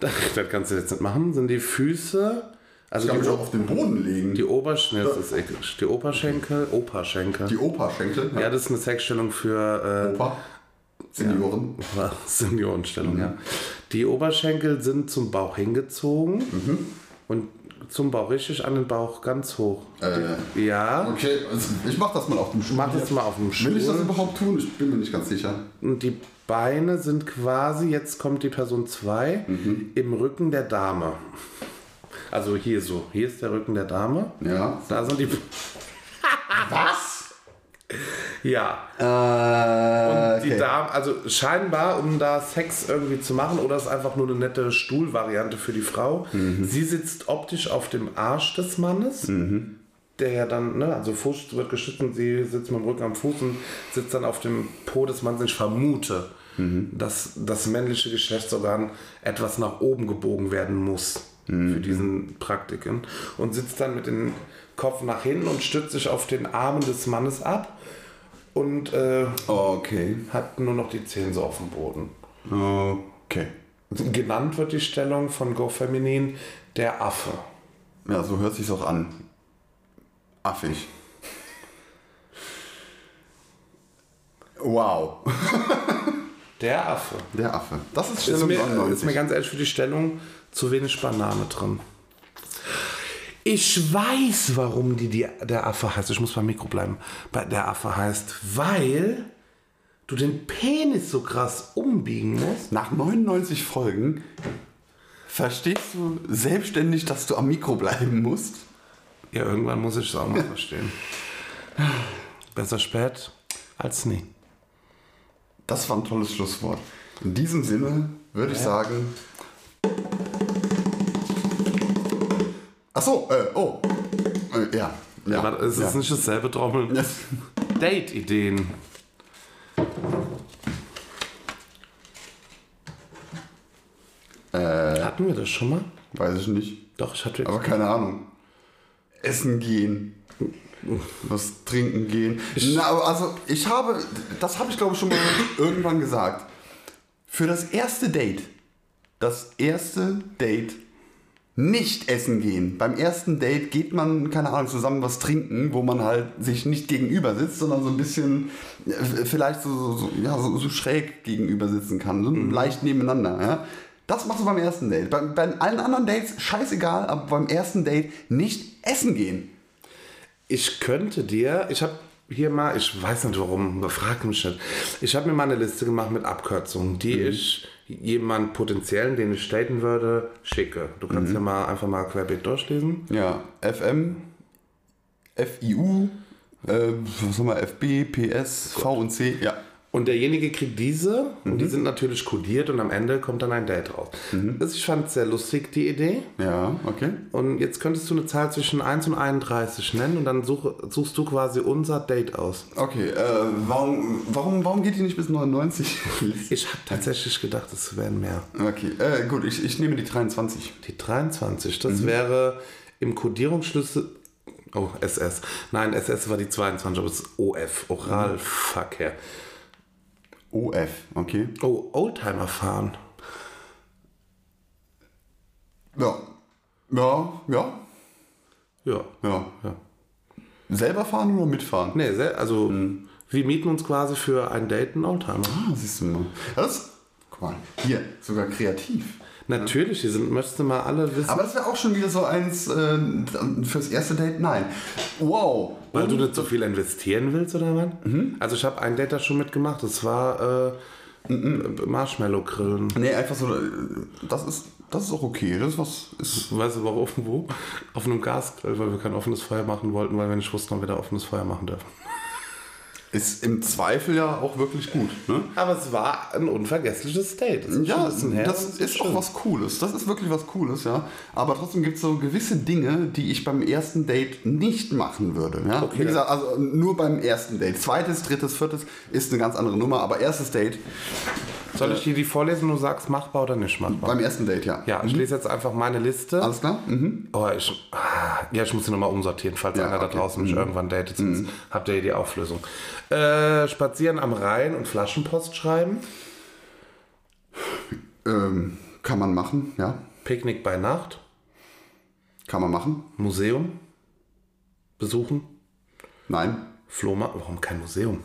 Das, das kannst du jetzt nicht machen. Sind die Füße. Also Ich kann die, mich auch auf den Boden legen. die Oberschenkel ist eklig. Die Oberschenkel. Operschenkel. Die Opa-Schenkel. ja, das ist eine Sexstellung für. Äh, Opa. Senioren. Seniorenstellung, Mhm. ja. Die Oberschenkel sind zum Bauch hingezogen Mhm. und zum Bauch richtig an den Bauch ganz hoch. Äh, Ja, okay, also ich mach das mal auf dem Stuhl. mach das mal auf dem Will ich das Stuhl. überhaupt tun? Ich bin mir nicht ganz sicher. Und die Beine sind quasi, jetzt kommt die Person 2, Mhm. im Rücken der Dame. Also hier so, hier ist der Rücken der Dame. Ja. Da sind die. Was? Ja, Äh, Ah, okay. die Dame, also scheinbar, um da Sex irgendwie zu machen, oder ist einfach nur eine nette Stuhlvariante für die Frau. Sie sitzt optisch auf dem Arsch des Mannes, der ja dann, ne, also Fuß wird geschützt und sie sitzt mit dem Rücken am Fuß und sitzt dann auf dem Po des Mannes. Ich vermute, dass das männliche Geschlechtsorgan etwas nach oben gebogen werden muss für diesen Praktiken und sitzt dann mit dem Kopf nach hinten und stützt sich auf den Armen des Mannes ab und äh, Okay. hat nur noch die Zehen so auf dem Boden. Okay. Genannt wird die Stellung von Go Feminin der Affe. Ja, so hört sich's auch an. Affig. Wow. Der Affe. Der Affe. Das ist Ist Stellung mir, ist mir 99. ganz ehrlich für die Stellung zu wenig Banane drin. Ich weiß, warum die, die der Affe heißt. Ich muss beim Mikro bleiben. Bei- Der Affe heißt, weil du den Penis so krass umbiegen musst. Nach 99 Folgen verstehst du selbstständig, dass du am Mikro bleiben musst. Ja, irgendwann muss ich es auch mal verstehen. Besser spät als nie. Das war ein tolles Schlusswort. In diesem Sinne würde ich sagen. Achso, äh, oh. Äh, ja. ja Aber es ja. ist nicht dasselbe Trommeln. Das- Date-Ideen. Äh. Hatten wir das schon mal? Weiß ich nicht. Doch, ich hatte. Aber keine Ahnung. Essen gehen. Was trinken gehen. Na, aber also ich habe, das habe ich glaube ich schon mal irgendwann gesagt. Für das erste Date, das erste Date, nicht essen gehen. Beim ersten Date geht man, keine Ahnung, zusammen was trinken, wo man halt sich nicht gegenüber sitzt, sondern so ein bisschen, äh, vielleicht so, so, so, ja, so, so schräg gegenüber sitzen kann, so leicht nebeneinander. Ja? Das machst du beim ersten Date. Bei, bei allen anderen Dates scheißegal, aber beim ersten Date nicht essen gehen. Ich könnte dir, ich habe hier mal, ich weiß nicht warum, befrag mich nicht. Ich habe mir mal eine Liste gemacht mit Abkürzungen, die ich jemand potenziellen, den ich daten würde, schicke. Du kannst ja mal einfach mal querbeet durchlesen. Ja, FM, FIU, äh, was haben wir, FB, PS, V und C, ja. Und derjenige kriegt diese und die sind natürlich kodiert und am Ende kommt dann ein Date raus. Das, ich fand sehr lustig, die Idee. Ja, okay. Und jetzt könntest du eine Zahl zwischen 1 und 31 nennen und dann such, suchst du quasi unser Date aus. Okay, äh, warum, warum, warum geht die nicht bis 99? Ich habe tatsächlich gedacht, es wären mehr. okay, äh, gut, ich, ich nehme die 23. Die 23, das wäre im Kodierungsschlüssel. Oh, SS. Nein, SS war die 22, aber es ist OF, Oralverkehr. OF, okay. Oh, Oldtimer fahren. Ja. Ja, ja, Ja. ja. Ja. Selber fahren oder mitfahren? Nee, sehr- also wir mieten uns quasi für ein Date einen Oldtimer. Ah, siehst du mal. Ja, Das, guck mal, hier, sogar kreativ. Natürlich, die sind, möchtest du mal alle wissen, Aber das wäre auch schon wieder so eins äh, fürs erste Date, nein. Wow. weil du nicht so viel investieren willst oder was? Also ich habe ein Date da schon mitgemacht, das war äh, Marshmallow-Grillen. Nee, einfach so, äh, das ist, das ist auch okay. Das ist was, ist, Weißt du, warum, wo? Auf einem Gasgrill, weil wir kein offenes Feuer machen wollten, weil wir nicht wussten, ob wir da offenes Feuer machen dürfen. ist im Zweifel ja auch wirklich gut, ne? Aber es war ein unvergessliches Date. Das ist schon Ja, ein bisschen her. das ist auch was Cooles. Das ist wirklich was Cooles, ja. Aber trotzdem gibt es so gewisse Dinge, die ich beim ersten Date nicht machen würde. Ja? Okay. Wie gesagt, also nur beim ersten Date. Zweites, drittes, viertes ist eine ganz andere Nummer, aber erstes Date Soll ich dir die vorlesen und du sagst, machbar oder nicht machbar? beim ersten Date, ja. Ja, ich lese jetzt einfach meine Liste. Alles klar? Mhm. Oh, ich, ah, ja, ich muss sie nochmal umsortieren, falls Ja, einer da okay. draußen mich irgendwann datet. Sonst habt ihr die Auflösung. Äh, spazieren am Rhein und Flaschenpost schreiben. Ähm, kann man machen, ja. Picknick bei Nacht. Kann man machen. Museum. Besuchen. Nein. Flohmarkt. Warum kein Museum?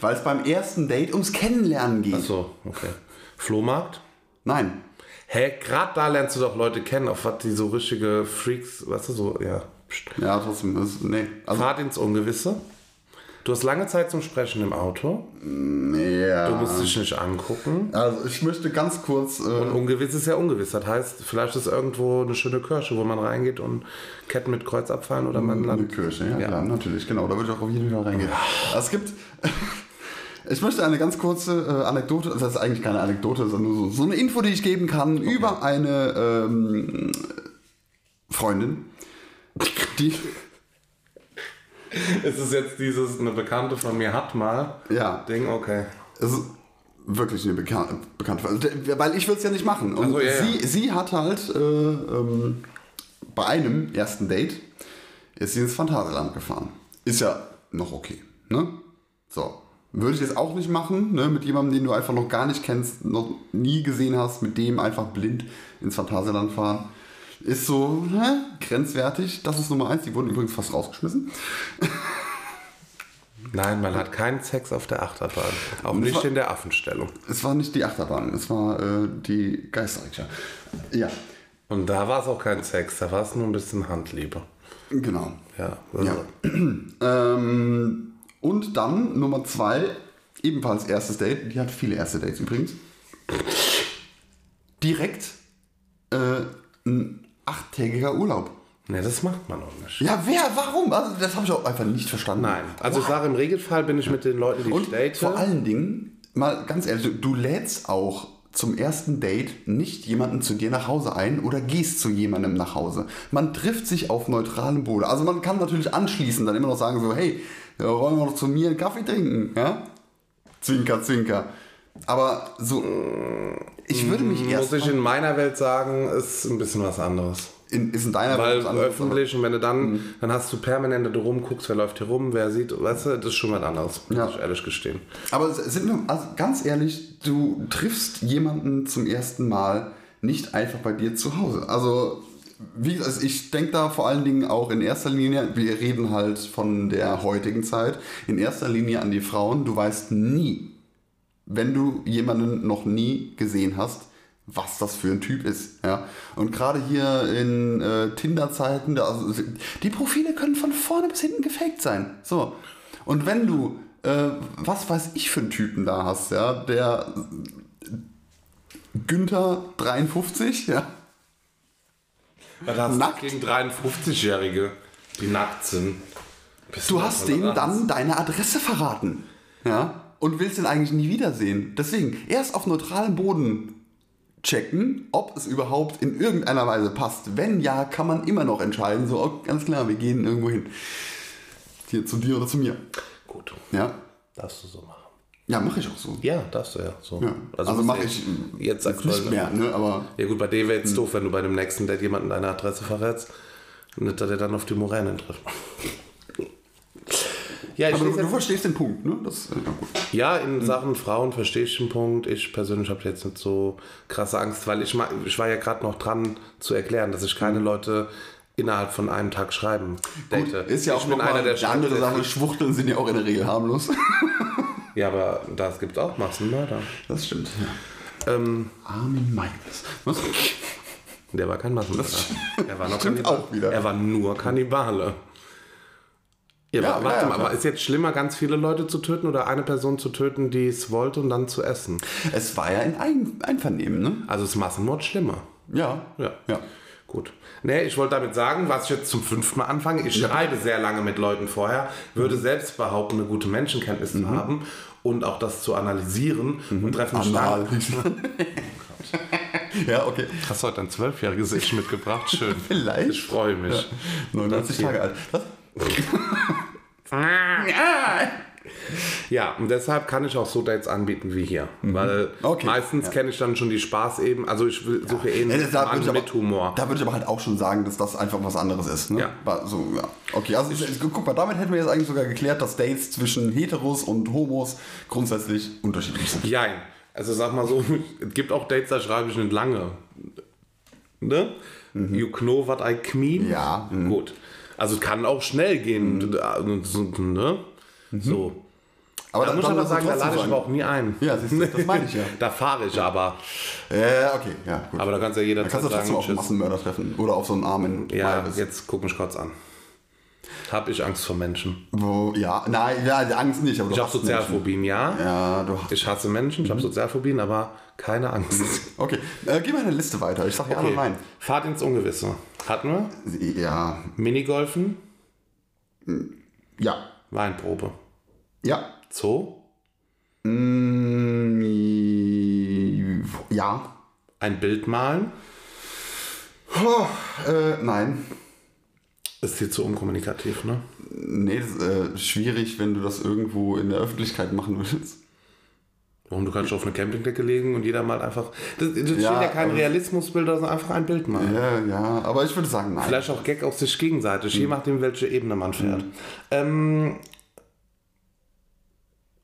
Weil es beim ersten Date ums Kennenlernen geht. Achso, okay. Flohmarkt. Nein. Hä, gerade da lernst du doch Leute kennen, auf was die so richtige Freaks, weißt du, so, ja. Psst. Ja, trotzdem. Das, ist- nee. Also, Fahrt ins Ungewisse. Du hast lange Zeit zum Sprechen im Auto. Du ja. musst dich nicht angucken. also ich möchte ganz kurz. Äh, Ungewiss ist ja ungewiss. Das heißt, vielleicht ist irgendwo eine schöne Kirche, wo man reingeht und Ketten mit Kreuz abfahren oder man Eine landet. Kirche, ja, klar, natürlich, genau. Da würde ich auch auf jeden Fall reingehen. Es gibt. Ich möchte eine ganz kurze äh, Anekdote, das ist eigentlich keine Anekdote, sondern nur so, so eine Info, die ich geben kann über eine ähm, Freundin, die, Es ist jetzt dieses, eine Bekannte von mir hat mal. ja, Ding, okay. es ist wirklich eine Bekan bekannte, also, der- weil ich würde es ja nicht machen. Und so, ja, ja. sie, sie hat halt äh, ähm, bei einem ersten Date ist sie ins Phantasialand gefahren. Ist ja noch okay, ne? So. Würde ich jetzt auch nicht machen, ne? mit jemandem, den du einfach noch gar nicht kennst, noch nie gesehen hast, mit dem einfach blind ins Phantasialand fahren. Ist so ne? grenzwertig. Das ist Nummer eins. Die wurden übrigens fast rausgeschmissen. Nein, man hat keinen Sex auf der Achterbahn. Auch Das nicht war- in der Affenstellung. Es war nicht die Achterbahn, es war äh, die Geisterrikscha. Ja, Und da war es auch kein Sex, da war es nur ein bisschen Handliebe. genau. Ja. Also, Ja. Ähm, und dann Nummer zwei, ebenfalls erstes Date. Die hat viele erste Dates übrigens. Direkt äh, ein achttägiger Urlaub. Ne, das macht man auch nicht. Ja, wer, warum? Also, das habe ich auch einfach nicht verstanden. Nein. Also ich sage, im Regelfall bin ich mit den Leuten, die ich Und date. vor allen Dingen, mal ganz ehrlich, du- du lädst auch zum ersten Date nicht jemanden zu dir nach Hause ein oder gehst zu jemandem nach Hause. Man trifft sich auf neutralem Boden. Also man kann natürlich anschließend dann immer noch sagen so, hey, ja, wollen wir noch zu mir einen Kaffee trinken? Ja? Zwinker, zwinker. Aber so, ich würde mich Mhm, muss erst... ich in meiner Welt sagen, ist ein bisschen was anderes. In, ist in deiner Weil was anderes, Mhm. öffentlich und wenn du dann, dann hast du permanent, da du rumguckst, wer läuft hier rum, wer sieht, weißt du, das ist schon was anderes, muss Ja. ich ehrlich gestehen. Aber sind wir, also ganz ehrlich, du triffst jemanden zum ersten Mal nicht einfach bei dir zu Hause. Also, wie, also ich denke da vor allen Dingen auch in erster Linie, wir reden halt von der heutigen Zeit, in erster Linie an die Frauen. Du weißt nie, wenn du jemanden noch nie gesehen hast, was das für ein Typ ist. Ja? Und gerade hier in äh, Tinder-Zeiten, da, also, die Profile können von vorne bis hinten gefaked sein. So. Und wenn du, äh, was weiß ich für einen Typen da hast, ja, der Günther 53, ja, Was hast Nackt? gegen 53-Jährige, die nackt sind? Bist Du hast dem dann deine Adresse verraten. Ja? Und willst ihn eigentlich nie wiedersehen. Deswegen, erst auf neutralem Boden checken, ob es überhaupt in irgendeiner Weise passt. Wenn ja, kann man immer noch entscheiden, so, oh, ganz klar, wir gehen irgendwo hin. Hier zu dir oder zu mir. Gut, Ja, darfst du so machen. ja mache ich auch so. Ja, darfst du ja. So. Ja. Also was mach jetzt- ich jetzt aktuell Nicht mehr, Hm. ne, aber Ja gut, bei dir wäre jetzt doof, wenn du bei dem nächsten Date jemanden deine Adresse verrätst. Nicht, dass er dann auf die Moränen trifft. ja, ich aber du, Hm. lese du jetzt- verstehst den Punkt, ne? Das, äh, ja, gut. ja, in Sachen Frauen verstehe ich den Punkt. Ich persönlich habe jetzt nicht so krasse Angst, weil ich, ma- ich war ja gerade noch dran zu erklären, dass ich Hm. keine Leute innerhalb von einem Tag schreiben date. Ist ja auch ich noch mal die schreibt, andere der- Sache. Schwuchteln sind ja auch in der Regel harmlos. Ja, aber das gibt auch Massenmörder. Das stimmt. Ähm, Armin Meines. Was? der war kein Massenmörder. Er war noch stimmt Kannibale. auch wieder. Er war nur Kannibale. Ja, Ja, aber warte ja, mal, klar. aber ist jetzt schlimmer, ganz viele Leute zu töten oder eine Person zu töten, die es wollte und dann zu essen? Es war ja in Ein Einvernehmen, ne? Also ist Massenmord schlimmer. Ja. Ja. Ja. Gut. Nee, ich wollte damit sagen, was ich jetzt zum fünften Mal anfange. Ich schreibe sehr lange mit Leuten vorher, würde Mhm. selbst behaupten, eine gute Menschenkenntnis zu haben und auch das zu analysieren Mhm. und treffe mich dann. ja, okay. Hast du heute ein zwölfjähriges Ich mitgebracht? Schön. Vielleicht. Ich freue mich. 99 Tage alt. Was? Ja, und deshalb kann ich auch so Dates anbieten wie hier. Weil Mhm. Okay. meistens Ja. kenne ich dann schon die Spaß eben. Also ich will- suche Nee, eben da würde Mann ich aber- mit Humor. Da würde ich aber halt auch schon sagen, dass das einfach was anderes ist. Ne? Ja. War So, ja. Okay, also ich, ich, guck mal, damit hätten wir jetzt eigentlich sogar geklärt, dass Dates zwischen Heteros und Homos grundsätzlich unterschiedlich sind. Jein. Also sag mal so, es gibt auch Dates, da schreibe ich nicht lange. Ne? You know what I mean? Mhm. Ja. mhm. Gut. Also es kann auch schnell gehen. Ne? Mhm. So. Aber Da muss ich aber sagen, da lade ich trotzdem aber auch nie ein. Ja, siehst du, das meine ich ja. Da fahre ich aber. Ja, okay, ja, gut. Aber da kannst du ja da kannst du jederzeit trotzdem sagen, auf einen tschüss. Massenmörder treffen oder auf so einen armen Ja, Malbes. jetzt guck mich kurz an. Hab ich Angst vor Menschen. Wo, ja, nein, ja, die Angst nicht, aber du Ich habe hast Menschen. Mhm. Sozialphobien, ja. Ja, du hast Ich hasse Menschen, ich habe Sozialphobien, aber keine Mhm. Angst. Okay, äh, geh mal eine Liste weiter. Ich sag ja alle Okay. rein. Fahrt ins Ungewisse. Hatten wir? Ja, Minigolfen, ja, Weinprobe. ja. Zoo, Mm, Ja. ein Bild malen. Äh, nein. Ist hier zu unkommunikativ, ne? Nee, das ist äh, schwierig, wenn du das irgendwo in der Öffentlichkeit machen willst. Warum du kannst auf eine Campingdecke legen und jeder malt einfach. Das, das steht ja kein aber- Realismusbild, sondern einfach ein Bild malen. Ja, ja, aber ich würde sagen, nein. Vielleicht auch Gag auf sich Mhm. gegenseitig, je nachdem, welche Ebene man fährt. Ähm,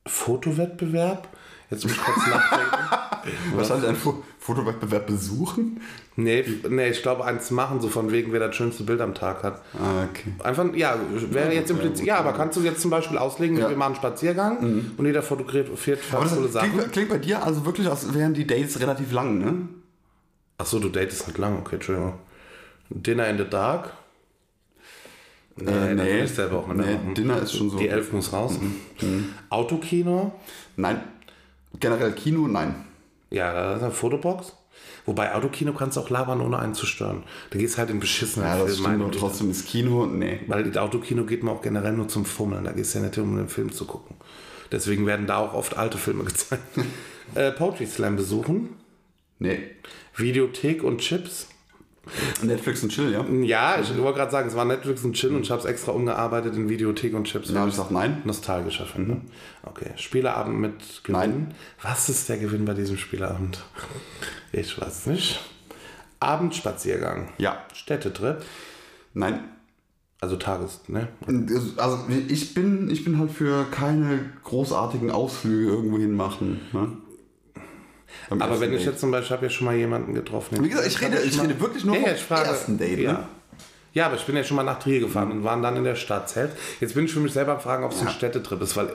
Fotowettbewerb. Jetzt muss ich kurz nachdenken. Wahrscheinlich einen Fo Fotowettbewerb besuchen. Nee, f- nee, ich glaube, eins machen, so von wegen, wer das schönste Bild am Tag hat. Ah, okay. Einfach, ja, wäre jetzt gut, ja, impliziert. gut, Mhm. Ja, aber kannst du jetzt zum Beispiel auslegen, wir machen einen Spaziergang und jeder fotografiert Aber fast coole das Sachen. klingt, klingt bei dir also wirklich, als wären die Dates relativ lang, ne? Achso, du datest halt lang, okay, Entschuldigung. Dinner in the Dark. Nee, Äh, das nee. will ich selber auch nicht Nee, machen. Dinner ist schon so. Mhm. Die Elf muss raus. Autokino. Nein. Generell Kino, nein. Ja, das ist eine Fotobox. Wobei Autokino kannst du auch labern, ohne einen zu stören. Da gehst halt in beschissenen Ja, das Film ein stimmt, aber und- trotzdem ist Kino, nee. Weil das Autokino geht man auch generell nur zum Fummeln. Da gehst du ja nicht hin, um den Film zu gucken. Deswegen werden da auch oft alte Filme gezeigt. äh, Poetry Slam besuchen. Nee. Videothek und Chips. Netflix und Chill, ja? Dann Ja, ich wollte gerade sagen, es war Netflix und Chill und ich habe es extra umgearbeitet in Videothek und Chips. habe ich gesagt, nein. Nostalgischer Film. ne? Okay. Spieleabend mit Gewinn. Nein. Was ist der Gewinn bei diesem Spieleabend? Ich weiß nicht. Abendspaziergang. Ja. Städtetrip. Nein. Also Tages, ne? Also ich bin, ich bin halt für keine großartigen Ausflüge irgendwo hin machen. Ne? Beim Aber ersten wenn ich Date. jetzt zum Beispiel, habe ja schon mal jemanden getroffen. Wie gesagt, ich rede, ich rede wirklich nur Ja, vom ja, ich frage- ersten Date. ja. Ne? Ja, aber ich bin ja schon mal nach Trier gefahren und waren dann in der Stadt selbst. Jetzt bin ich für mich selber am Fragen, ob es ein Städtetrip ist, weil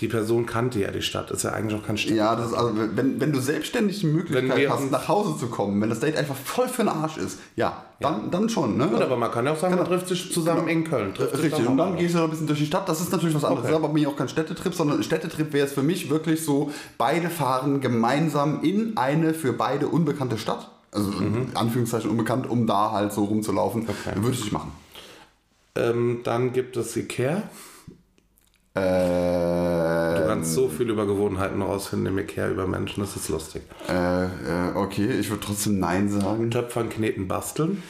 die Person kannte ja die Stadt. Ist ja eigentlich auch kein Städtetrip. Ja, das ist also, wenn, wenn du selbstständig die Wenn Möglichkeit wir hast, uns- nach Hause zu kommen, wenn das Date einfach voll für den Arsch ist, ja, dann, dann schon. Ne? Gut, aber man kann ja auch sagen, man trifft sich zusammen in Köln. Trifft Genau. sich Richtig, auch und dann mal. gehst du noch ein bisschen durch die Stadt. Das ist natürlich was anderes. Okay. Das ist aber mir auch kein Städtetrip, sondern ein Städtetrip wäre es für mich wirklich so, beide fahren gemeinsam in eine für beide unbekannte Stadt. Also Mhm. in Anführungszeichen unbekannt, um da halt so rumzulaufen. Würde ich nicht machen. Ähm, dann gibt es Ikea. Äh, Du kannst so viel über Gewohnheiten rausfinden im Ikea über Menschen, das ist lustig. äh, äh, okay, ich würde trotzdem Nein sagen. Töpfern, Kneten, Basteln.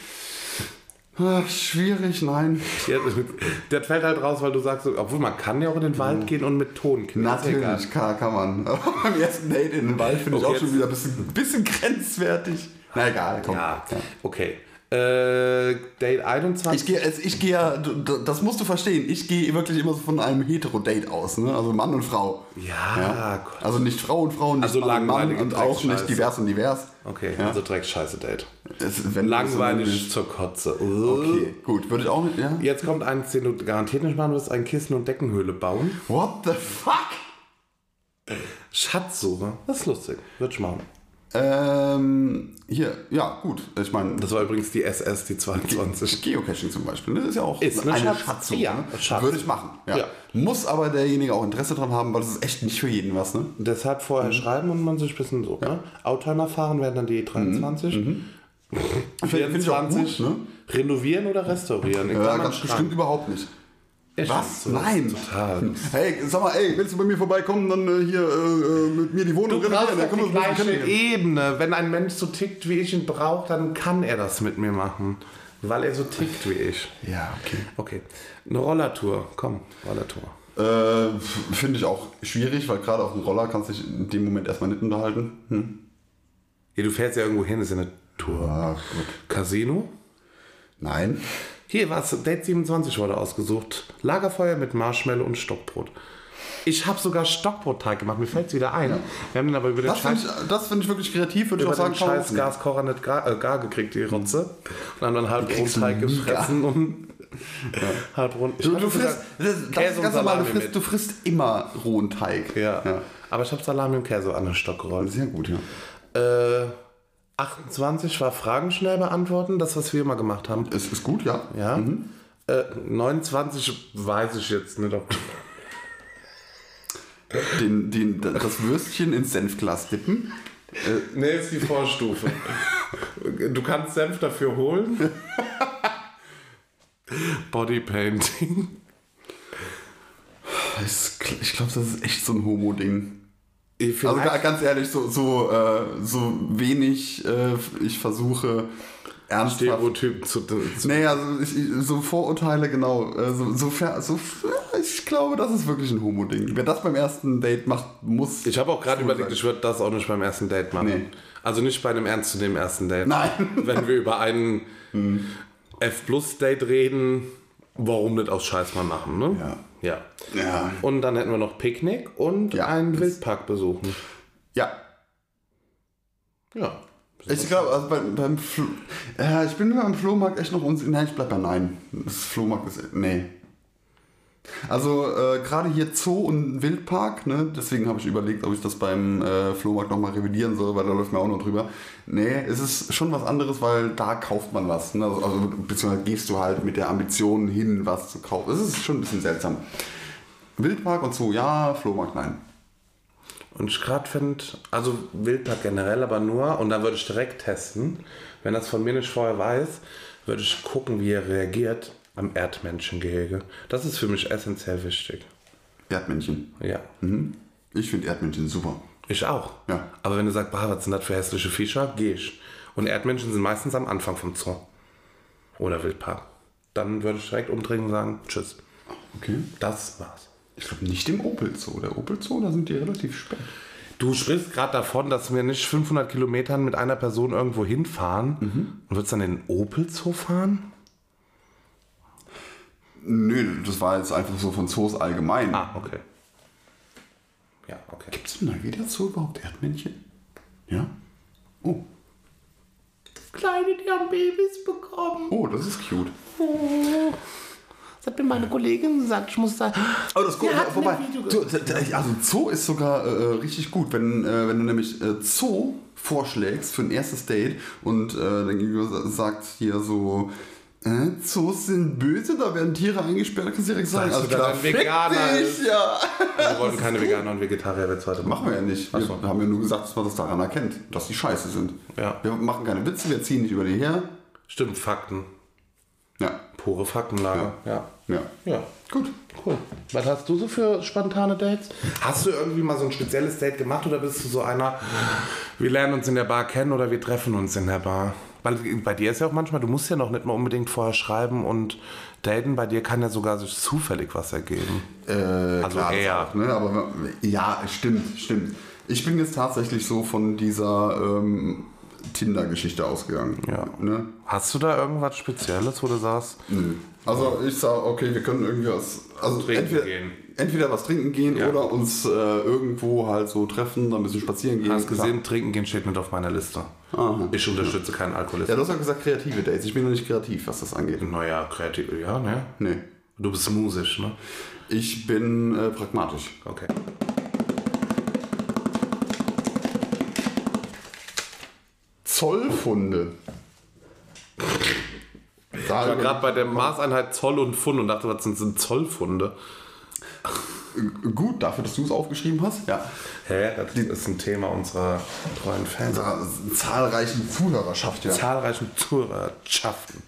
Ach, schwierig, nein. Ja, das fällt halt raus, weil du sagst, obwohl man kann ja auch in den Wald gehen und mit Ton kneten. Egal. Mhm. Natürlich, kann, kann man. Aber beim ersten Date in den Wald finde ich Okay, auch schon jetzt- wieder ein bisschen, bisschen grenzwertig. Na egal, komm. Ja, okay. Äh, Date 21. Ich gehe, also ich gehe ja, d- d- das musst du verstehen, ich gehe wirklich immer so von einem Hetero-Date aus, ne? Also Mann und Frau. ja, Gott. Also nicht Frau und Frau, nicht Also Mann und Mann langweilige und auch nicht Dreckscheiße. divers und divers. Okay, Ja. also direkt scheiße Date. Es, wenn Langweilig zur Kotze. Okay, gut, würde ich auch nicht, ja? Jetzt kommt eins, den du garantiert nicht machen wirst, ein Kissen- und Deckenhöhle bauen. What the fuck? Schatzsuche. Das ist lustig. Wird ich machen. Ähm, hier, ja, gut. Ich meine, Das war übrigens die SS, die 22. Geocaching zum Beispiel, ne? Das ist ja auch Ist eine Schatz- Schatzsuche. ja, ne? Schatz. Würde ich machen, ja. Ja. Muss aber derjenige auch Interesse dran haben, weil das ist echt nicht für jeden was, ne? Deshalb vorher schreiben und man sich ein bisschen so. Ne? Oldtimer fahren wären dann die 23. Mhm. Finde ich auch 24. gut, ne? Renovieren oder restaurieren? In Ja, Klammern ganz Schrank. bestimmt überhaupt nicht. Echt, Was? so, Nein. Total. Hey, sag mal, ey, willst du bei mir vorbeikommen, dann äh, hier äh, äh, mit mir die Wohnung Du brauchst Dann auf können die wir uns ein bisschen gleiche kennenlernen. Ebene. Wenn ein Mensch so tickt, wie ich ihn brauche, dann kann er das mit mir machen. Weil er so tickt wie ich. Ja, okay. Okay. Eine Rollertour. Komm, Rollertour. Äh, f- Finde ich auch schwierig, weil gerade auf dem Roller kannst du dich in dem Moment erstmal nicht unterhalten. Hm. Ja, du fährst ja irgendwo hin, ist ja eine Tour. Ah, gut. Casino. Nein. Hier was? Date 27 wurde ausgesucht. Lagerfeuer mit Marshmallow und Stockbrot. Ich habe sogar Stockbrotteig gemacht. Mir fällt es wieder ein. Wir haben den aber über den Das finde Scheiß, ich, das find ich wirklich kreativ, würde ich über auch den sagen. kann man Scheiß auch- Gaskocher nicht gar, äh, gar gekriegt, die Rotze. Und haben dann halb kriegst du Rundteig nie gar. gefressen und halb rund. Ich Du, hab du sogar frisst, das, das Käse ist und ganz normal, du Salami frisst, mit. du frisst immer rohen Teig. Ja. Aber ich habe Salami und Käse an den Stock gerollt. Sehr gut, ja. Äh, 28 war Fragen schnell beantworten, das, was wir immer gemacht haben. Es ist gut, ja. Ja. Äh, 29 weiß ich jetzt nicht, ob. Den, den, das Würstchen ins Senfglas dippen. Nee, ist die Vorstufe. du kannst Senf dafür holen. Bodypainting. Ich glaube, das ist echt so ein Homo-Ding. Also Also, ga- ganz ehrlich, so, so, äh, so wenig äh, ich versuche ernsthaft. Stereotypen zu, zu Naja, so, ich, ich- so Vorurteile, genau. äh, So, so, fer- so, ich glaube, das ist wirklich ein Homo-Ding. Wer das beim ersten Date macht, muss. Ich habe auch gerade schwul überlegt, sein. ich würde das auch nicht beim ersten Date machen. Nee. Also nicht bei einem ernstzunehmenden ersten Date. Nein. Hm. Wenn wir über einen F-Plus-Date reden, warum nicht aus Scheiß mal machen, ne? Ja. ja. Ja. Und dann hätten wir noch Picknick und Ja, einen das- Wildpark besuchen. Ja. Ja. Ich glaube, also beim, beim Flo äh, ich bin mir beim Flohmarkt echt noch unsicher. Nein, ich bleib bei Nein. Das Flohmarkt ist. Nee. Also äh, gerade hier Zoo und Wildpark, ne? deswegen habe ich überlegt, ob ich das beim äh, Flohmarkt nochmal revidieren soll, weil da läuft mir auch noch drüber. Nee, es ist schon was anderes, weil da kauft man was. Ne? Also, also, beziehungsweise gehst du halt mit der Ambition hin, was zu kaufen. Es ist schon ein bisschen seltsam. Wildpark und Zoo, ja, Flohmarkt, nein. Und ich gerade finde, also Wildpark generell, aber nur, und dann würde ich direkt testen, wenn das von mir nicht vorher weiß, würde ich gucken, wie er reagiert am Erdmenschengehege. Das ist für mich essentiell wichtig. Erdmännchen. mhm. Ja. Ich finde Erdmännchen super. Ich auch. Ja. Aber wenn du sagst, bah, was sind das für hässliche Viecher, gehe ich. Und Erdmenschen sind meistens am Anfang vom Zoo. Oder Wildpark. Dann würde ich direkt umdrehen und sagen, tschüss. Okay. Das war's. Ich glaube nicht im Opel Zoo. Der Opel Zoo, da sind die relativ spät. Du sprichst gerade davon, dass wir nicht 500 Kilometern mit einer Person irgendwo hinfahren und würdest dann in den Opel Zoo fahren? Nö, das war jetzt einfach so von Zoos allgemein. Ah, okay. Ja, okay. Gibt es im Nageda Zoo überhaupt Erdmännchen? Ja. Oh. Kleine, die haben Babys bekommen. Oh, das ist cute. Das hat mir meine Kollegin gesagt. Ich muss da. Oh, das ist gut. Wir hatten Wobei, ein Video du, d- d- also Zoo ist sogar äh, richtig gut, wenn, äh, wenn du nämlich äh, Zoo vorschlägst für ein erstes Date und äh, dann gegenüber sagt hier so, äh, Zoos sind böse, da werden Tiere eingesperrt, kannst du direkt sagen. Sagst du, dass klar, ein fick Veganer dich, ist. ja. Wir wollen keine Veganer und Vegetarier jetzt heute Machen wir ja nicht. Wir haben ja nur gesagt, dass man das daran erkennt, dass die scheiße sind. Ja. Wir machen keine Witze, wir ziehen nicht über die her. Stimmt, Fakten. Ja. Pure Faktenlage. Ja. Ja. Ja. Gut. Cool. Was hast du so für spontane Dates? Hast du irgendwie mal so ein spezielles Date gemacht oder bist du so einer, wir lernen uns in der Bar kennen oder wir treffen uns in der Bar? Weil bei dir ist ja auch manchmal, du musst ja noch nicht mal unbedingt vorher schreiben und daten. Bei dir kann ja sogar sich zufällig was ergeben. also Äh, Klar, das eher. Auch, ne? Aber ja, stimmt, stimmt. Ich bin jetzt tatsächlich so von dieser ähm, Tinder-Geschichte ausgegangen. Ja. Ne? Hast du da irgendwas Spezielles, wo du sagst, Also ich sage, okay, wir können irgendwie was, also Trinken entweder, gehen. entweder was trinken gehen Ja. oder uns äh, irgendwo halt so treffen, dann ein bisschen spazieren gehen. hast gesehen, trinken gehen steht mit auf meiner Liste. Aha. Ich unterstütze keinen Alkoholismus. Ja, du hast ja gesagt kreative Dates. Ich bin noch nicht kreativ, was das angeht. Naja, kreativ, ja, ne? Nee. Du bist musisch, ne? Ich bin äh, pragmatisch. Okay. Zollfunde. Ich Da war gerade bei der Maßeinheit Zoll und Pfund und dachte, was sind, sind Zollfunde? gut, dafür, dass du es aufgeschrieben hast. Ja. Hä? Das ist ein Thema unserer treuen Fans. Unserer zahlreichen Zuhörerschaft, ja. Zahlreichen Zuhörerschaften.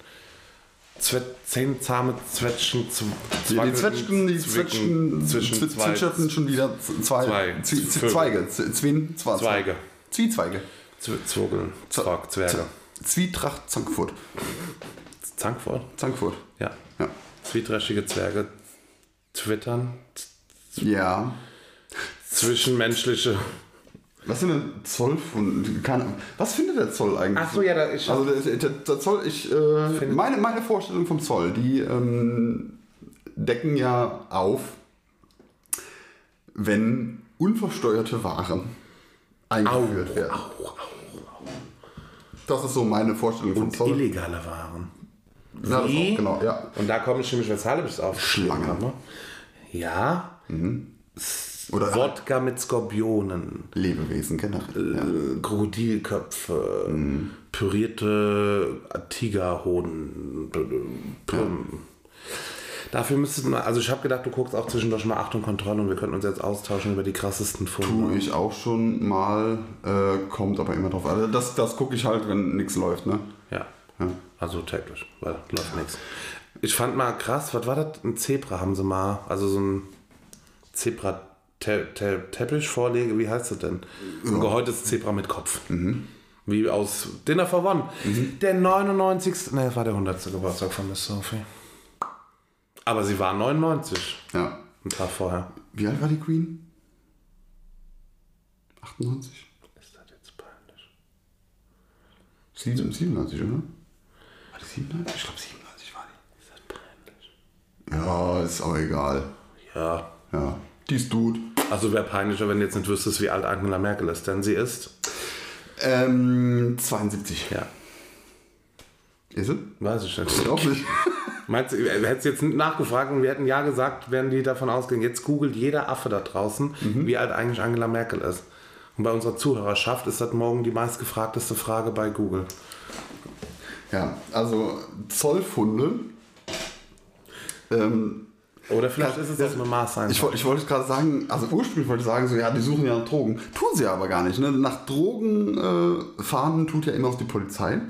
Zwe zehn zahme Zwetschen zu Die, die Zwetschgen, die Zwicken, Zwetschgen, zwischen Zwe- zwei zwitscherten schon wieder z- zwei, Zwei- Zwie- Zwie- Vögel. Zweige, Z- Zwien, Zwa- Zweige. Zwiezweige, Zw Zwurgeln, Zwerg, Zwerge. Zwietracht, Zankfurt, Zankfurt? Zankfurt, Ja. ja. Zwiedrächtige Zwerge twittern. Z- Ja. Zwischenmenschliche. Was sind denn Zollfunde? Keine Ahnung. Was findet der Zoll eigentlich? Ach so, ja, da- ich- also der, der, der Zoll, ich äh, meine meine Vorstellung vom Zoll, die ähm, decken ja auf, wenn unversteuerte Waren eingeführt werden. Das ist so meine Vorstellung vom Zoll. Illegale Waren. Ja, das Wie? auch, genau, ja. Und da komme ich nämlich, weshalb ich es auf Schlange. Ja. Oder äh, Wodka mit Skorpionen, Lebewesen generell. Ja. äh, Krokodilköpfe, pürierte Tigerhoden. äh, Prim. Dafür müsste man, also ich habe gedacht, du guckst auch zwischendurch mal Achtung Kontrolle und wir könnten uns jetzt austauschen über die krassesten Tue Funde. ich auch schon mal, äh, kommt aber immer drauf. an. Also das, das gucke ich halt, wenn nichts läuft, ne? Ja. Ja. Also täglich, weil läuft nichts. Ich fand mal krass, was war das? Ein Zebra haben sie mal, also so ein Zebra te te Teppich vorlege, wie heißt das denn? Ein gehäutetes Zebra mit Kopf. Wie aus Dinner for One. Der 99. Ne, war der 100. Geburtstag von Miss Sophie. Aber sie war 99, Ja. ein Tag vorher. Wie alt war die Queen? 98? Ist das jetzt peinlich? 7, 97, oder? War die 97? Ich glaube 97 war Ist das peinlich? die. Ja, ist auch egal. Ja. Ja, die ist gut. Also wäre peinlicher, wenn du jetzt nicht wüsstest, wie alt Angela Merkel ist, denn sie ist. Ähm, 72. Ja. Ist es? Weiß ich nicht. Doch nicht. Meinst du, hättest jetzt nachgefragt und wir hätten ja gesagt, wären die davon ausgegangen. Jetzt googelt jeder Affe da draußen, Mhm. wie alt eigentlich Angela Merkel ist. Und bei unserer Zuhörerschaft ist das morgen die meistgefragteste Frage bei Google. Ja, also Zollfunde. Ähm, Oder vielleicht Ja, ist es das mit Maß ich, einfach. woll- ich wollte gerade sagen, also ursprünglich wollte ich sagen, so ja, die suchen ja nach Drogen. Tun sie aber gar nicht. Ne? Nach Drogen äh, fahren tut ja immer noch die Polizei.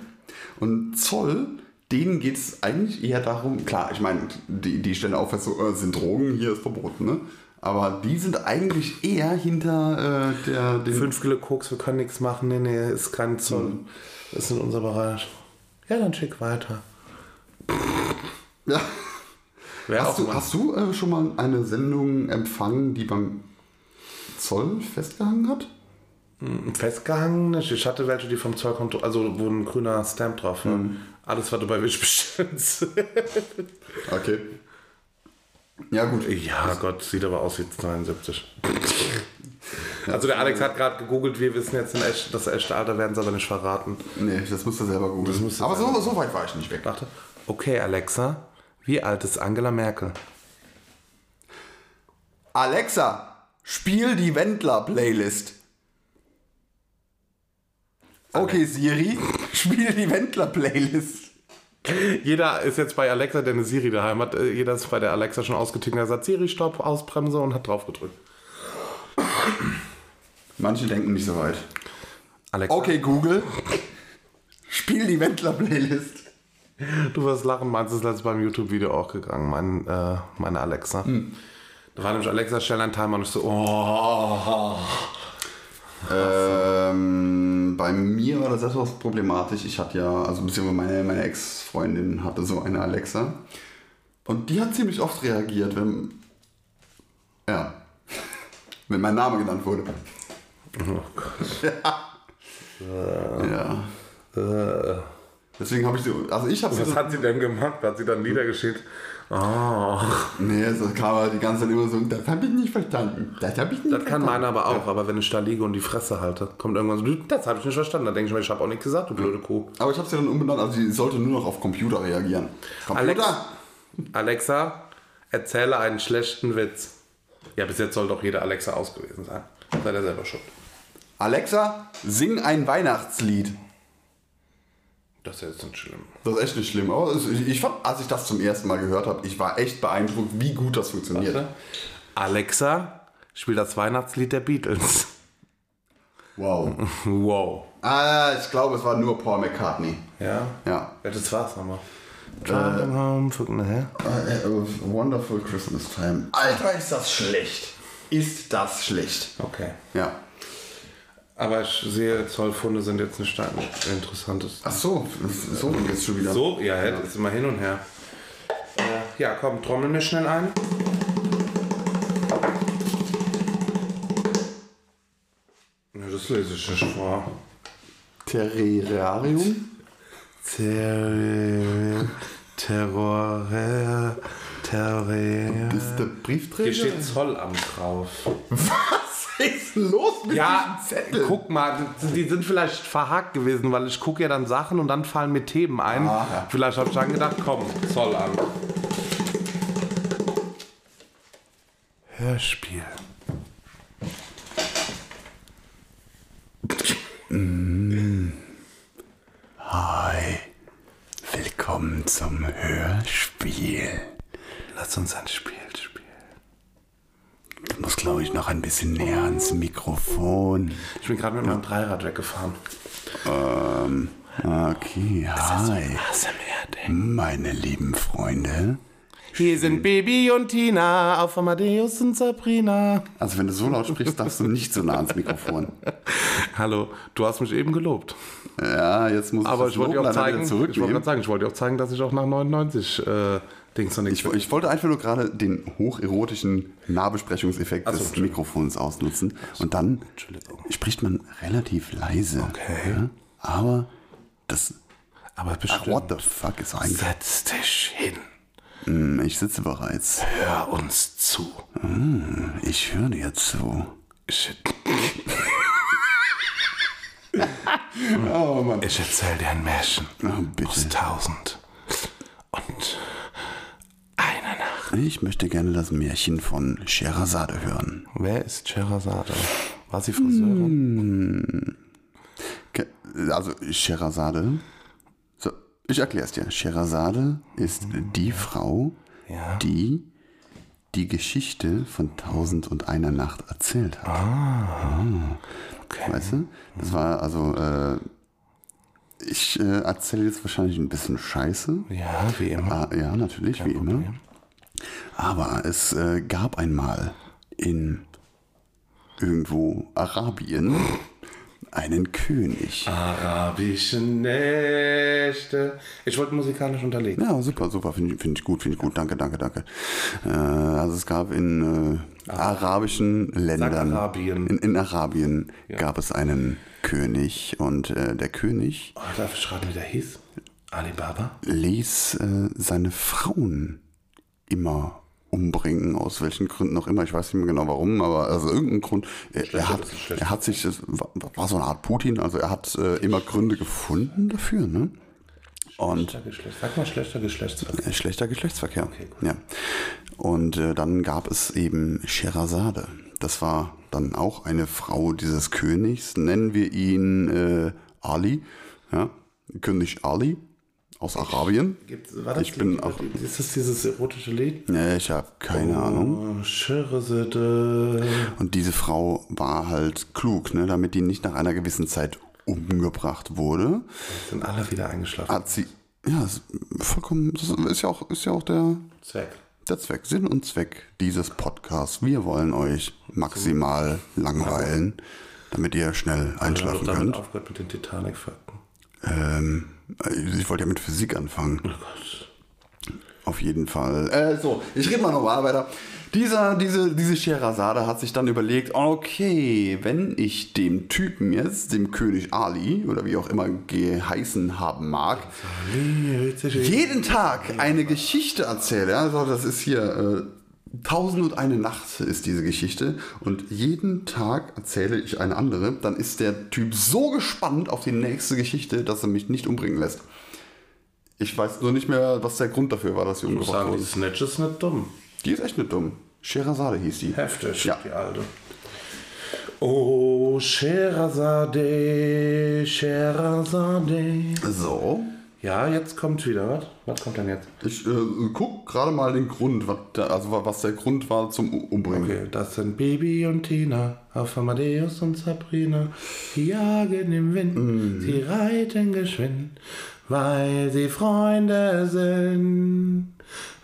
Und Zoll, denen geht es eigentlich eher darum, klar, ich meine, die, die stellen auf, so, äh, sind Drogen, hier ist verboten, ne? Aber die sind eigentlich eher hinter äh, der, den Fünf Kilo Koks, wir können nichts machen. Nee, nee, ist kein Zoll. Mhm. Ist in unser Bereich. Ja, dann schick weiter. Ja. Wer Hast auch du, immer. hast du äh, schon mal eine Sendung empfangen, die beim Zoll festgehangen hat? Festgehangen? nicht. Ich hatte welche, die vom Zoll kommt, also wo ein grüner Stamp drauf war. Mhm. Alles, was du bei Wish bestellst. Okay. Ja, gut. Ja, Gott, sieht aber aus wie 72. Also der Alex hat gerade gegoogelt, wir wissen jetzt in echt, das echte Alter, werden sie aber nicht verraten. Nee, das musst du selber Ah. googeln. musst du Aber so, selber- so weit war ich nicht weg. Dachte, okay Alexa, wie alt ist Angela Merkel? Alexa, spiel die Wendler-Playlist. Okay, Siri, spiel die Wendler-Playlist. Jeder ist jetzt bei Alexa, der eine Siri daheim hat, äh, jeder ist bei der Alexa schon ausgetickt, der sagt Siri, Stopp, Ausbremse und hat drauf gedrückt. Manche denken nicht so weit. Alexa, Okay, Google, spiel die Wendler-Playlist. du wirst lachen, meins ist letztes beim YouTube-Video auch gegangen, mein, äh, meine Alexa. Da war nämlich Alexa, stell einen Timer und ich so, oh. Ähm, bei mir war das etwas problematisch. Ich hatte ja, also beziehungsweise meine, meine Ex-Freundin hatte so eine Alexa. Und die hat ziemlich oft reagiert, wenn. Ja. wenn mein Name genannt wurde. Oh Gott. Ja. Äh. Deswegen habe ich so. Also ich habe Was so. hat sie denn gemacht? Hat sie dann Lieder geschickt? Oh. Nee, das kam halt die ganze Zeit immer so. Das habe ich nicht verstanden. Das habe ich nicht Das kann verstanden. meiner aber auch, aber wenn ich da liege und die Fresse halte, kommt irgendwann so, das habe ich nicht verstanden. Da denke ich mir, ich habe auch nichts gesagt, du blöde Kuh. Aber ich habe sie dann umbenannt. Also sie sollte nur noch auf Computer reagieren. Computer? Alex- Alexa, erzähle einen schlechten Witz. Ja, bis jetzt soll doch jeder Alexa aus gewesen sein. Sei der selber schuld. Alexa, sing ein Weihnachtslied. Das ist jetzt nicht schlimm. Das ist echt nicht schlimm. Aber es- ich, ich fand, als ich das zum ersten Mal gehört habe, ich war echt beeindruckt, wie gut das funktioniert. Alexa, spiel das Weihnachtslied der Beatles. Wow. Wow. ah, ich glaube, es war nur Paul McCartney. Ja? Ja. Welches war's nochmal? Driving home, fuck, nachher. Äh, äh, Wonderful Christmas Time. Alter, ist das schlecht. Ist das schlecht. Okay. Ja. Aber ich sehe, Zollfunde sind jetzt nicht stark interessantes. Ach so, so jetzt schon wieder. So, ja, ja. ist immer hin und her. Äh, ja, komm, trommel mir schnell ein. Ja, das lese ich nicht vor. Terrarium? Terror, Terror, Terror. Ist der Hier Briefträger? steht Zollamt drauf. Was ist los mit Ja, diesem Zettel? guck mal, die sind vielleicht verhakt gewesen, weil ich gucke ja dann Sachen und dann fallen mir Themen ein. Aha. Vielleicht habe ich dann gedacht, komm, Zollamt. Hörspiel. Mm. Hi. Willkommen zum Hörspiel. Lass uns ein Spiel spielen. Du musst, glaube ich, noch ein bisschen näher ans Mikrofon. Ich bin gerade mit meinem Dreirad weggefahren. Ähm, okay, hi. Meine lieben Freunde. Hier sind Baby und Tina auf Amadeus und Sabrina. Also, wenn du so laut sprichst, darfst du nicht so nah ans Mikrofon. Hallo, du hast mich eben gelobt. Ja, jetzt muss Aber das ich wollte dir Lob leider auch zeigen, wieder ich wollte zurücknehmen. gerade sagen, ich wollte dir auch zeigen, dass ich auch nach 99 äh, Dings noch nichts Ich, ich wollte einfach nur gerade den hocherotischen Nahbesprechungseffekt des Mikrofons ausnutzen. Und dann spricht man relativ leise. Okay. Ja? Aber das. Aber What the fuck ist eigentlich? Setz dich hin. Hm, Ich sitze bereits. Hör uns zu. Ich höre dir zu. Shit. Oh Mann. Ich erzähl dir ein Märchen Oh, bitte. aus tausend und einer Nacht. Ich möchte gerne das Märchen von Scheherazade hören. Wer ist Sherazade? War sie Friseurin? Ke- Also Scheherazade. So, ich erkläre es dir. Scheherazade ist die Frau, Ja. die die Geschichte von Tausend und einer Nacht erzählt hat. Okay. Weißt du? Das war also. Äh, ich äh, erzähle jetzt wahrscheinlich ein bisschen Scheiße. Ja, wie immer. Ah, ja, natürlich, wie immer. Aber es äh, gab einmal in irgendwo Arabien einen Ah. König. Arabische Nächte. Ich wollte musikalisch unterlegen. Ja, super, super, finde ich, find ich gut, finde ich gut, danke, danke, danke. Äh, also es gab in äh, arabischen Ländern, Arabien. In, in Arabien gab es einen König und äh, der König Oh, darf ich raten, wie der hieß? Alibaba? ließ äh, seine Frauen immer umbringen, aus welchen Gründen auch immer. Ich weiß nicht mehr genau warum, aber also irgendeinen Grund. Er, er, hat, er hat sich, das war, war so eine Art Putin, also er hat äh, immer Gründe gefunden dafür, ne? Und Schlechter Geschlecht. Sag mal schlechter Geschlechtsverkehr. äh, schlechter Geschlechtsverkehr. ja. Und äh, dann gab es eben Scheherazade. Das war dann auch eine Frau dieses Königs. Nennen wir ihn äh, Ali, ja? König Ali aus Arabien. Gibt's, war das Ich bin Lied, auch- Ist das dieses erotische Lied? Nee, ich habe keine Ahnung. Oh, Scheherazade. Und diese Frau war halt klug, ne? damit die nicht nach einer gewissen Zeit umgebracht wurde. Sind alle wieder eingeschlafen. Hat sie. Ja, ist vollkommen. Das ist ja auch, ist ja auch der, Zweck. der Zweck, Sinn und Zweck dieses Podcasts. Wir wollen euch maximal langweilen, damit ihr schnell Ich habe einschlafen damit könnt. aufgehört mit den Titanic-Fakten. Ähm, ich wollte ja mit Physik anfangen. Oh Gott. Auf jeden Fall. Äh, so, ich rede mal nochmal weiter. Dieser, diese, diese Scheherazade hat sich dann überlegt, okay, wenn ich dem Typen jetzt, dem König Ali oder wie auch immer geheißen haben mag, jeden Tag eine Geschichte erzähle, ja, also das ist hier äh, Tausend und eine Nacht ist diese Geschichte und jeden Tag erzähle ich eine andere, dann ist der Typ so gespannt auf die nächste Geschichte, dass er mich nicht umbringen lässt. Ich weiß nur nicht mehr, was der Grund dafür war, dass sie Ich muss umgebracht sagen, die wurde. Snatch ist nicht dumm. Die ist echt nicht dumm. Scheherazade hieß die. Heftig, Ja. die alte. Oh, Scheherazade, Scheherazade. So, Ja, jetzt kommt wieder, was? Was kommt denn jetzt? ich äh, guck gerade mal den Grund, was der, also wa- was der Grund war zum U- Umbringen. Okay, das sind Bibi und Tina, auf Amadeus und Sabrina. Sie jagen im Wind, Mhm. sie reiten geschwind, weil sie Freunde sind.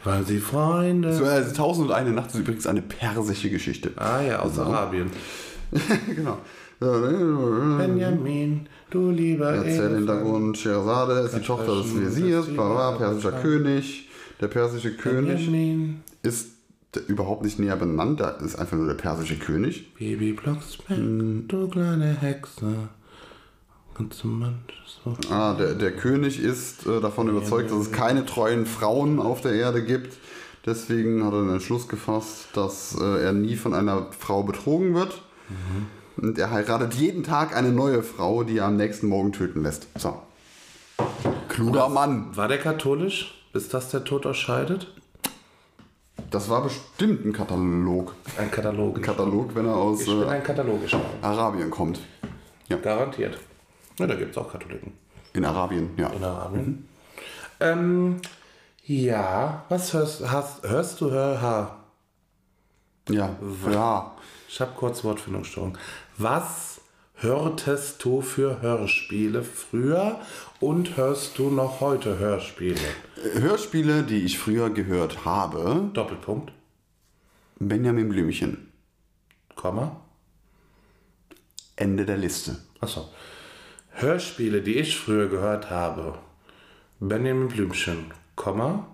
Weil sie Freunde So, also Tausend und eine Nacht ist übrigens eine persische Geschichte. Ah ja, aus Arabien. Mhm. genau. So, äh, Benjamin, du lieber Erzähl Elefant. Hintergrund, Scheherazade ist die Tochter des Wesirs, bla bla, persischer König. Der persische König Benjamin, ist d- überhaupt nicht näher benannt, da ist einfach nur der persische König. Baby Blocksberg, du kleine Hexe. Kannst du manches so. Ah, der, der König ist äh, davon überzeugt, dass es keine treuen Frauen auf der Erde gibt. Deswegen hat er den Entschluss gefasst, dass äh, er nie von einer Frau betrogen wird. Und er heiratet jeden Tag eine neue Frau, die er am nächsten Morgen töten lässt. So. Kluger Mann. War der katholisch, bis das der Tod ausscheidet? Das war bestimmt ein Katalog. Ein Katalogisch. Katalog, wenn er aus Ich bin äh, ein Katalogischer. Arabien kommt. Garantiert. Ja, da gibt es auch Katholiken. In Arabien, ja. In Arabien. Ähm, ja, was hörst, hast, hörst du? Hör, ha. Ja. Ja. Ich habe kurz Wortfindungsstörung. Was hörtest du für Hörspiele früher und hörst du noch heute Hörspiele? Hörspiele, die ich früher gehört habe. Doppelpunkt, Benjamin Blümchen. Komma. Ende der Liste. Achso. Hörspiele, die ich früher gehört habe. Benjamin Blümchen, Komma.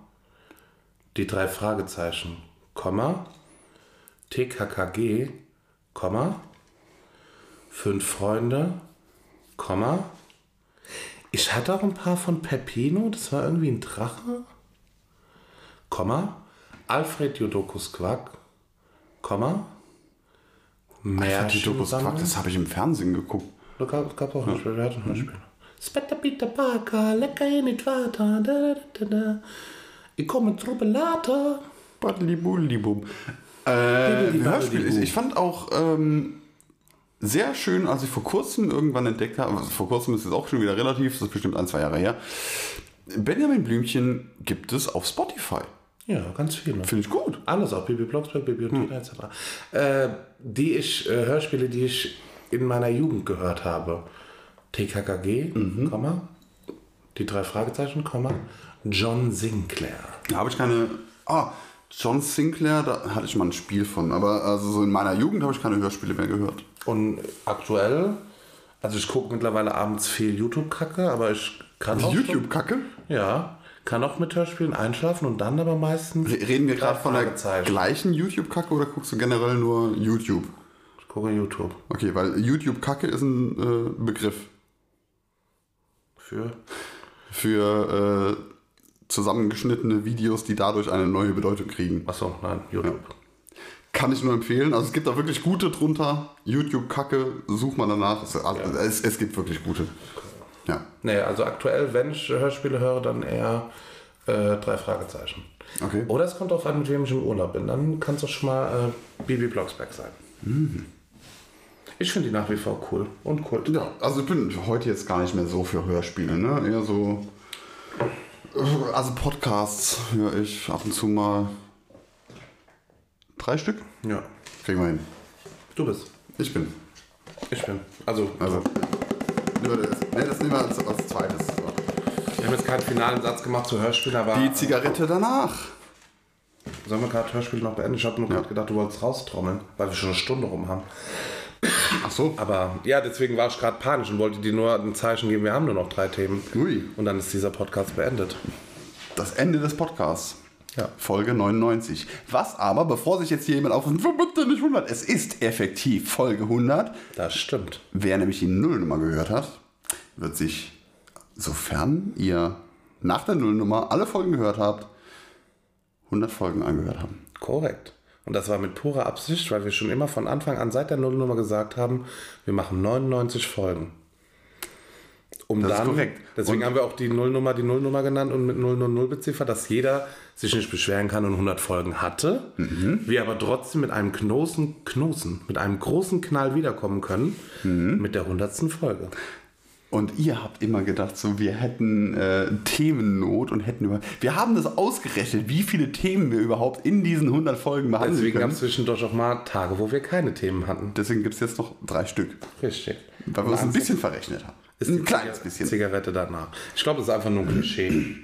Die drei Fragezeichen, Komma. TKKG, Komma. Fünf Freunde, Komma. Ich hatte auch ein paar von Peppino, das war irgendwie ein Drache. Komma, Alfred Jodokus Quack, Komma, Märchensammlung? Märchensammlung. Das habe ich im Fernsehen geguckt. Da gab, gab's auch ein Spiel, wir hatten ein Spiel. Spatter Peter Parker, lecker in die Vater, da, da, da, da. Ich komme drüber later. Badlibulibum. Äh, Hörspiel ist, ich fand auch ähm, sehr schön, als ich vor kurzem irgendwann entdeckt habe, also vor kurzem ist es auch schon wieder relativ, das ist bestimmt ein, zwei Jahre her. Benjamin Blümchen gibt es auf Spotify. Ja, ganz viele. Finde ich gut. Alles auch, Bibi Blocksberg, Bibliothek etc. Äh, die ich, äh, Hörspiele, die ich in meiner Jugend gehört habe. TKKG, Komma, die drei Fragezeichen, Komma, John Sinclair. Da habe ich keine. Ah, John Sinclair, da hatte ich mal ein Spiel von, aber also so in meiner Jugend habe ich keine Hörspiele mehr gehört. Und aktuell, also ich gucke mittlerweile abends viel YouTube-Kacke, aber ich kann auch YouTube-Kacke? Ja, kann auch mit Hörspielen einschlafen und dann aber meistens. Re- Reden wir Drei gerade von der Fragezeichen. gleichen YouTube-Kacke oder guckst du generell nur YouTube? Ich gucke YouTube. Okay, weil YouTube-Kacke ist ein äh, Begriff Für. für äh, zusammengeschnittene Videos, die dadurch eine neue Bedeutung kriegen. Achso, nein, YouTube. Kann ich nur empfehlen. Also es gibt da wirklich gute drunter. YouTube-Kacke, such mal danach. Es, also, es, es gibt wirklich gute. Ja, Nee, also aktuell, wenn ich Hörspiele höre, dann eher äh, drei Fragezeichen. okay. Oder es kommt drauf an, mit wem ich im Urlaub bin. Dann kann es auch schon mal äh, Bibi Blocksberg sein. Ich finde die nach wie vor cool und cool. Mhm. Ja, also ich bin heute jetzt gar nicht mehr so für Hörspiele, ne? Eher so. Also Podcasts höre ich ab und zu mal. Drei Stück? Ja, Kriegen wir hin. du bist. Ich bin. Ich bin. Also, Also. nehmen wir das- Ne, das nehmen wir als, als zweites. wir haben jetzt keinen finalen Satz gemacht zu Hörspielen, aber Die Zigarette danach. sollen wir gerade Hörspiele noch beenden? Ich habe nur gerade gedacht, du wolltest raustrommeln, weil wir schon eine Stunde rum haben. Ach so. Aber ja, deswegen war ich gerade panisch und wollte dir nur ein Zeichen geben, wir haben nur noch drei Themen. Ui. Und dann ist dieser Podcast beendet. Das Ende des Podcasts. Ja. Folge 99. Was aber, bevor sich jetzt hier jemand auf bitte nicht 100, es ist effektiv Folge 100. Das stimmt. Wer nämlich die Nullnummer gehört hat, wird sich, sofern ihr nach der Nullnummer alle Folgen gehört habt, 100 Folgen angehört haben. Korrekt. Und das war mit purer Absicht, weil wir schon immer von Anfang an seit der Nullnummer gesagt haben, wir machen 99 Folgen. Um Das ist dann, korrekt. Deswegen Und- haben wir auch die Nullnummer die Nullnummer genannt und mit 000 beziffert, dass jeder sich nicht beschweren kann und 100 Folgen hatte. Mhm. Wir aber trotzdem mit einem Knosen, Knosen, mit einem großen Knall wiederkommen können Mhm. mit der 100. Folge. Und ihr habt immer gedacht, so wir hätten äh, Themennot und hätten über. Wir haben das ausgerechnet, wie viele Themen wir überhaupt in diesen 100 Folgen behandeln Deswegen gab es können. zwischendurch auch mal Tage, wo wir keine Themen hatten. Deswegen gibt es jetzt noch drei Stück, Richtig. weil wir uns ein bisschen verrechnet haben. Ist ein kleines bisschen. Zigarette danach. Ich glaube, es ist einfach nur ein Klischee.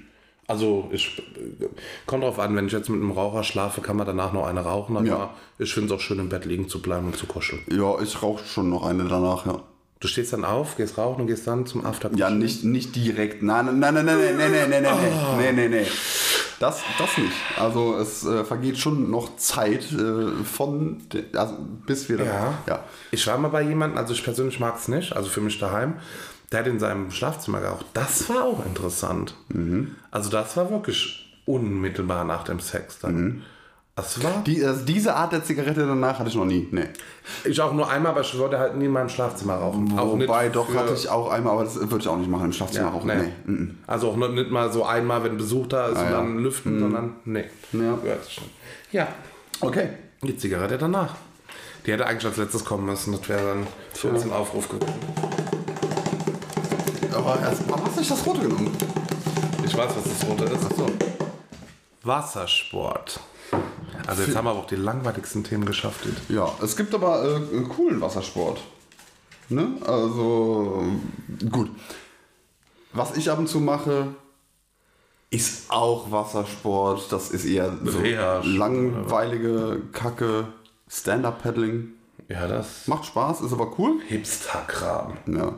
Also, ich, kommt drauf an, wenn ich jetzt mit einem Raucher schlafe, kann man danach noch eine rauchen, aber Ja. ich finde es auch schön, im Bett liegen zu bleiben und zu kuscheln. Ja, ich rauche schon noch eine danach, ja. Du stehst dann auf, gehst rauchen und gehst dann zum After. Ja, nicht, nicht direkt. Nein, nein, nein, nein, nein, nein, nein, nein, Ah. nein, nein, nein, nein. Das, das nicht. Also es äh, vergeht schon noch Zeit äh, von, de- also bis wir dann- Ja. ja. Ich war mal bei jemandem, also ich persönlich mag es nicht, also für mich daheim, der hat in seinem Schlafzimmer geraucht. Das war auch interessant. Mhm. Also das war wirklich unmittelbar nach dem Sex dann. Mhm. Das war Die, also diese Art der Zigarette danach hatte ich noch nie. Nee. ich auch nur einmal, aber ich wollte halt nie in meinem Schlafzimmer rauchen. auch Wobei, doch für- hatte ich auch einmal, aber das würde ich auch nicht machen im Schlafzimmer rauchen. nee. Nee. Mm, mm. Also auch nicht mal so einmal, wenn Besuch da ist und ja. Mhm. dann lüften, sondern nee. Ja. Gehört sich schon. Ja, Okay. die Zigarette danach. Die hätte eigentlich als letztes kommen müssen. Das wäre dann für uns ein Aufruf gewesen. Aber erst, warum hast du nicht das rote genommen? Ich weiß, was das rote ist. Achso. Wassersport. Also jetzt haben wir aber auch die langweiligsten Themen geschafft. Ja, es gibt aber äh, einen coolen Wassersport. Ne? Also, gut. Was ich ab und zu mache, ist auch Wassersport. Das ist eher so Ja, schon, langweilige Kacke. Stand-up-Paddling. Ja, das. Macht Spaß, ist aber cool. Hipster-Kram. Ja.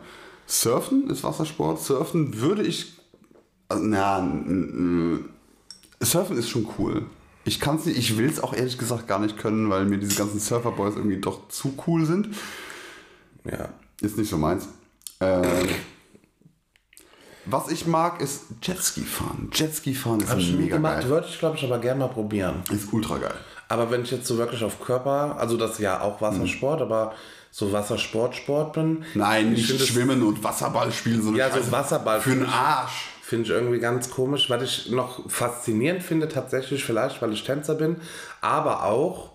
Surfen ist Wassersport. Surfen würde ich. Also, na, n- n- Surfen ist schon cool. Ich kann's nicht, ich will es auch ehrlich gesagt gar nicht können, weil mir diese ganzen Surferboys irgendwie doch zu cool sind. Ja. Ist nicht so meins. Ähm, Was ich mag, ist Jetski fahren. Jetski fahren ist Hab ich nie mega gemacht, geil. würde ich glaube ich aber gerne mal probieren. Ist ultra geil. Aber wenn ich jetzt so wirklich auf Körper, also das ist ja auch Wassersport, aber so Wassersport, Sport bin, Nein, Ich nicht find das- schwimmen und Wasserball spielen, sondern Ja, so Wasserball für den Arsch. Finde ich irgendwie ganz komisch. Was ich noch faszinierend finde, tatsächlich vielleicht, weil ich Tänzer bin, aber auch,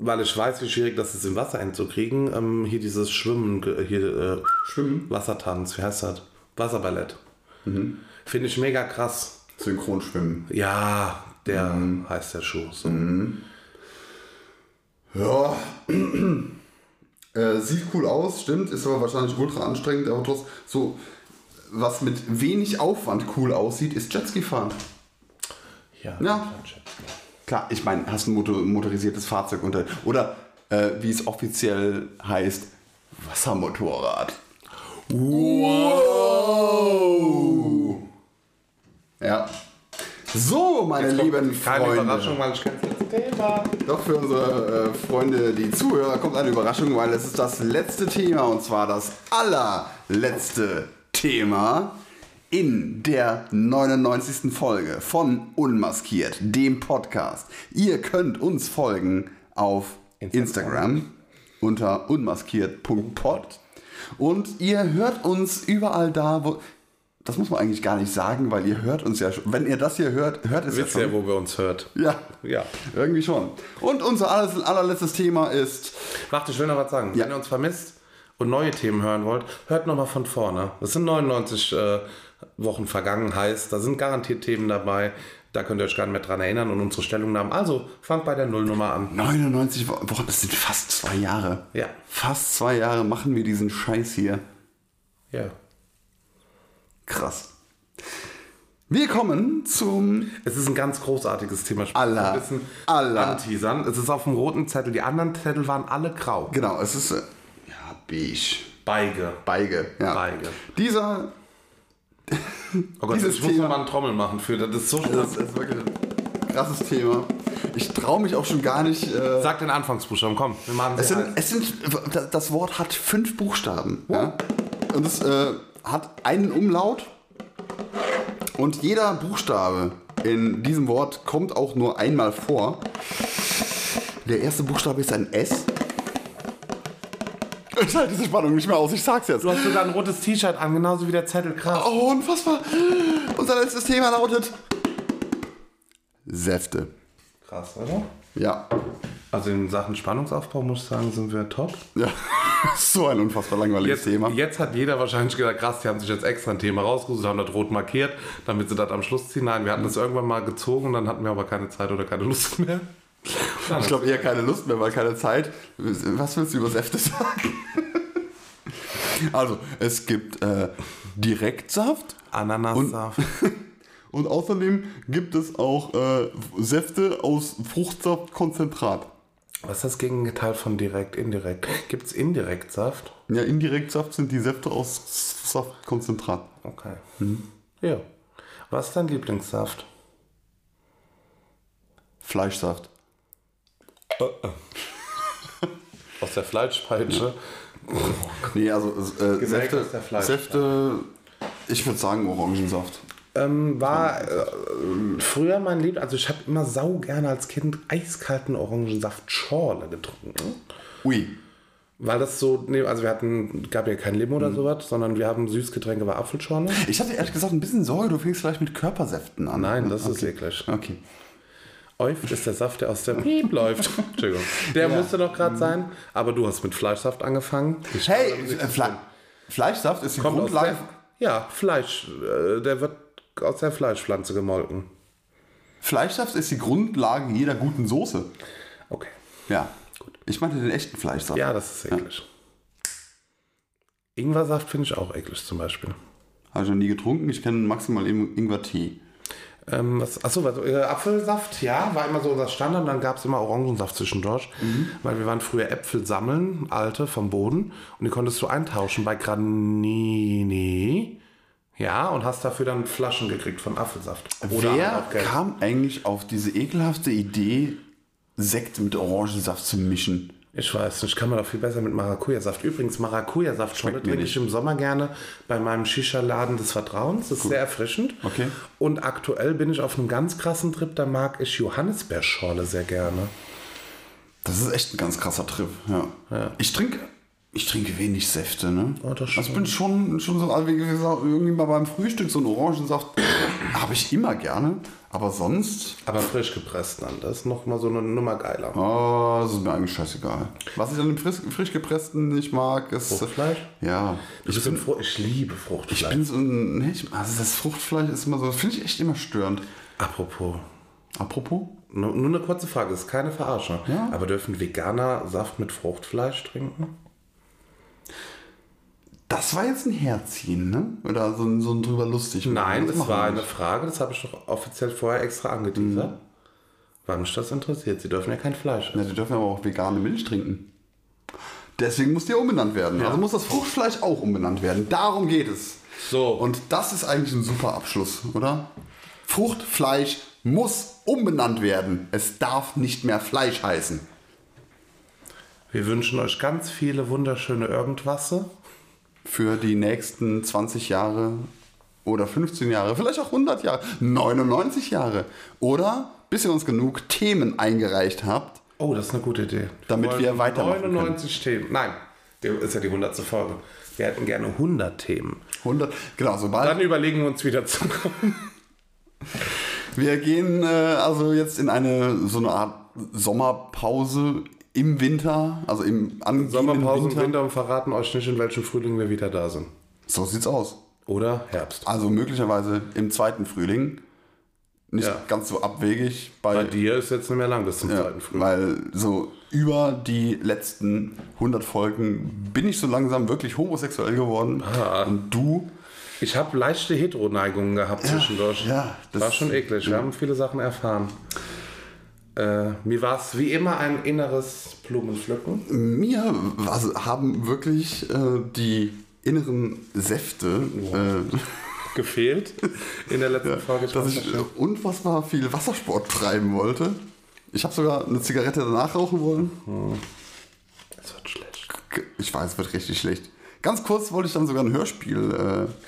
weil ich weiß, wie schwierig das ist, im Wasser hinzukriegen, ähm, hier dieses Schwimmen, ge- hier äh, Schwimmen? Wassertanz, wie heißt das? Wasserballett. Mhm. Finde ich mega krass. Synchronschwimmen. Ja, der heißt der Schuh. So. Mhm. Ja. äh, sieht cool aus, stimmt, ist aber wahrscheinlich ultra anstrengend, aber trotzdem so, was mit wenig Aufwand cool aussieht, ist Jetski fahren. Ja. Ja. Klar, ich meine, hast ein motor motorisiertes Fahrzeug unter. Oder äh, wie es offiziell heißt, Wassermotorrad. Wow! Ja. So, meine lieben Keine Überraschung, Freunde. weil ich kenne das Thema. Doch für unsere äh, Freunde, die Zuhörer, kommt eine Überraschung, weil es ist das letzte Thema und zwar das allerletzte Thema in der 99. Folge von Unmaskiert, dem Podcast. Ihr könnt uns folgen auf Instagram. Instagram unter unmaskiert.pod und ihr hört uns überall da, wo. Das muss man eigentlich gar nicht sagen, weil ihr hört uns ja schon. Wenn ihr das hier hört, hört es ja Wisst schon. ihr, wo wir uns hört? Ja. Ja. Irgendwie schon. Und unser alles, allerletztes Thema ist. Warte, ich will noch was sagen. Ja. Wenn ihr uns vermisst und neue Themen hören wollt, hört nochmal von vorne. Es sind 99 äh, Wochen vergangen, heißt, da sind garantiert Themen dabei. Da könnt ihr euch gar nicht mehr dran erinnern und unsere Stellungnahmen. Also fangt bei der Nullnummer an. 99 Wo- Wochen, das sind fast zwei Jahre. Ja. Fast zwei Jahre machen wir diesen Scheiß hier. Ja. Krass. Wir kommen zum. Es ist ein ganz großartiges Thema. Ich muss Allah. ein bisschen Allah. anteasern. Es ist auf dem roten Zettel. Die anderen Zettel waren alle grau. Genau, es ist. äh, Ja, beige. Beige. Beige. Ja. Beige. Dieser. Oh Gott, Dieses ich muss Thema- noch mal einen Trommel machen für das. ist so Das schön. ist wirklich ein krasses Thema. Ich traue mich auch schon gar nicht. Äh, Sag den Anfangsbuchstaben, komm. Wir machen Es sie halt. sind, es sind, das Wort hat fünf Buchstaben. Ja? Und es äh, hat einen Umlaut. Und jeder Buchstabe in diesem Wort kommt auch nur einmal vor. Der erste Buchstabe ist ein S. Ich halte diese Spannung nicht mehr aus, ich sag's jetzt. Du hast sogar ein rotes T-Shirt an, genauso wie der Zettel. Krass. Oh, unfassbar. Unser letztes Thema lautet Säfte. oh. Krass, oder? Ja. Also in Sachen Spannungsaufbau muss ich sagen, sind wir top. ja. So ein unfassbar langweiliges Jetzt, Thema. jetzt hat jeder wahrscheinlich gesagt, krass, die haben sich jetzt extra ein Thema rausgesucht, haben das rot markiert, damit sie das am Schluss ziehen. Nein, wir hatten das irgendwann mal gezogen, dann hatten wir aber keine Zeit oder keine Lust mehr. Ich glaube eher keine Lust mehr, weil keine Zeit. Was willst du über Säfte sagen? Also, es gibt äh, Direktsaft Ananassaft. und außerdem gibt es auch äh, Säfte aus Fruchtsaftkonzentrat. Was ist das Gegenteil von direkt, indirekt? Gibt es Indirektsaft? Ja, Indirektsaft sind die Säfte aus Saftkonzentrat. Okay. Mhm. Ja. Was ist dein Lieblingssaft? Fleischsaft. Aus der Fleischpeitsche. Nee, also äh, Direkt Säfte, aus der Fleisch- Säfte, ich würde sagen Orangensaft. Ähm, war äh, äh, früher mein Lieb, also ich habe immer sau gerne als Kind eiskalten Orangensaft Schorle getrunken. Ui, Weil das so, nee, also wir hatten, gab ja kein Limo oder sowas, sondern wir haben Süßgetränke war Apfelschorle. ich hatte ehrlich gesagt ein bisschen Sorge, du fängst vielleicht mit Körpersäften an. Nein, das ist eklig. Okay. Euft ist der Saft, der aus der Piep läuft. Entschuldigung. Der musste doch gerade sein, aber du hast mit Fleischsaft angefangen. Ich Hey, äh, Fle Fleischsaft ist die kommt aus Grundlage. der, Ja, Fleisch, äh, der wird aus der Fleischpflanze gemolken. Fleischsaft ist die Grundlage jeder guten Soße. Okay. Ja. Ich meinte den echten Fleischsaft. Ja, das ist eklig. Ingwersaft finde ich auch eklig zum Beispiel. Habe ich noch nie getrunken. Ich kenne maximal Ing- Ingwer-Tee. Ähm, was, achso, was, äh, Apfelsaft, ja, war immer so unser Standard. Dann gab es immer Orangensaft zwischendurch. Mhm. Weil wir waren früher Äpfel sammeln, alte vom Boden. Und die konntest du eintauschen bei Granini. Ja, und hast dafür dann Flaschen gekriegt von Apfelsaft. halt Wer auch Geld. kam eigentlich auf diese ekelhafte Idee, Sekt mit Orangensaft zu mischen? Ich weiß nicht, kann man doch viel besser mit Maracuja-Saft. Übrigens, Maracuja-Saftschorle Schmeckt mir trinke nicht. ich im Sommer gerne bei meinem Shisha-Laden des Vertrauens. Das ist sehr erfrischend. Okay. Und aktuell bin ich auf einem ganz krassen Trip, da mag ich Johannisbeerschorle sehr gerne. Das ist echt ein ganz krasser Trip. Ja. Ich trinke. Ich trinke wenig Säfte, ne? Oh, das also ich bin schon, schon so, also wie gesagt, irgendwie mal beim Frühstück so einen Orangensaft habe ich immer gerne, aber sonst, Aber frisch gepresst dann. Das ist nochmal so eine Nummer geiler. oh, das ist mir eigentlich scheißegal. Was ich an dem frisch, frisch gepressten nicht mag, ist, Fruchtfleisch? ja, Oh. Ich, bin froh, ich liebe Fruchtfleisch. ich bin so, ein- nee, ich, also das Fruchtfleisch ist immer so, das finde ich echt immer störend. Apropos, Apropos, nur, nur eine kurze Frage, ist keine Verarsche. Ja. Aber dürfen Veganer Saft mit Fruchtfleisch trinken? das war jetzt ein Herziehen, ne? Oder so ein, so ein drüber lustig. Nein, das das machen war wir eine nicht. Mhm. Frage, das habe ich doch offiziell vorher extra angeteasert. Weil mich das interessiert. Sie dürfen ja kein Fleisch essen. Na, die dürfen aber auch vegane Milch trinken. Deswegen muss die umbenannt werden. Also muss das Fruchtfleisch auch umbenannt werden. Darum geht es. So. Und das ist eigentlich ein super Abschluss, oder? Fruchtfleisch muss umbenannt werden. Es darf nicht mehr Fleisch heißen. Wir wünschen euch ganz viele wunderschöne Irgendwasse. Für die nächsten 20 Jahre oder 15 Jahre, vielleicht auch 100 Jahre, 99 Jahre. Oder bis ihr uns genug Themen eingereicht habt. Oh, das ist eine gute Idee. Damit wollen wir weitermachen können. 99 Themen. Nein, der- ist ja die 100. Folge. Wir hätten gerne 100 Themen. 100, genau, sobald Dann überlegen wir uns wieder zu Wir gehen äh, also jetzt in eine so eine Art Sommerpause im Winter, also im angehenden Sommerpause Winter. im Winter und verraten euch nicht, in welchem Frühling wir wieder da sind. So sieht's aus. Oder Herbst. Also möglicherweise im zweiten Frühling. Nicht Ja. ganz so abwegig Bei bei, dir ist jetzt nicht mehr lang bis zum ja, zweiten Frühling. weil so über die letzten 100 Folgen bin ich so langsam wirklich homosexuell geworden Ah. und du Ich habe leichte Hetero-Neigungen gehabt zwischendurch. ja, das- das war schon eklig. Wir haben viele Sachen erfahren. Äh, mir war es wie immer ein inneres Blumenpflücken. mir also haben wirklich äh, die inneren Säfte äh, Gefehlt in der letzten Folge. dass ich unfassbar viel Wassersport treiben wollte. Ich habe sogar eine Zigarette danach rauchen wollen. Mhm. das wird schlecht. Ich weiß, wird richtig schlecht. Ganz kurz wollte ich dann sogar ein Hörspiel.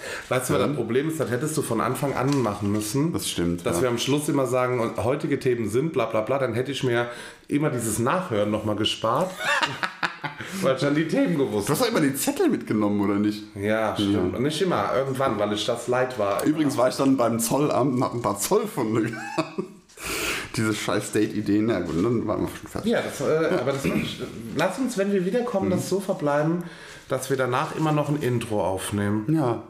äh, Weißt du, was das Problem ist? Das hättest du von Anfang an machen müssen. Das stimmt, Dass ja. wir am Schluss immer sagen, und heutige Themen sind bla bla bla, dann hätte ich mir immer dieses Nachhören nochmal gespart, weil ich dann die Themen gewusst Du hast doch immer den Zettel mitgenommen, oder nicht? Ja, stimmt. Und Nicht immer, irgendwann, weil ich das leid war. Übrigens war ich dann beim Zollamt nach ein paar Zollfunde. Diese scheiß Date-Ideen. Na gut, dann waren wir schon fertig. Ja, das, äh, aber das lass uns, wenn wir Mhm. wiederkommen, das so verbleiben, dass wir danach immer noch ein Intro aufnehmen. Ja.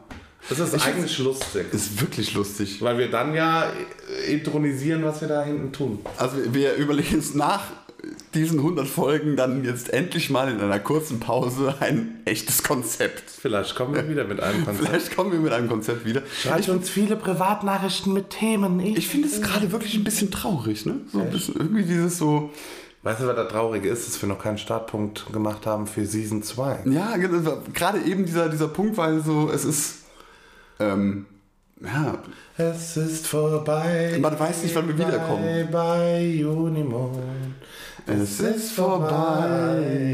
Das ist eigentlich lustig. Ist wirklich lustig. Weil wir dann ja äh, intronisieren, was wir da hinten tun. Also wir überlegen uns nach diesen 100 Folgen dann jetzt endlich mal in einer kurzen Pause ein echtes Konzept. Vielleicht kommen Äh, wir wieder mit einem Konzept. Vielleicht kommen wir mit einem Konzept wieder. Schreibt uns viele Privatnachrichten mit Themen. Ich finde es gerade wirklich ein bisschen traurig, ne? So ein bisschen irgendwie dieses so, weißt du, was das Traurige ist, dass wir noch keinen Startpunkt gemacht haben für Season 2? ja, genau, gerade eben dieser, dieser Punkt, weil so, es ist, ähm, ja, Es ist vorbei. Man weiß nicht, wann wir wiederkommen. Bye, bye, Unimond. es ist vorbei,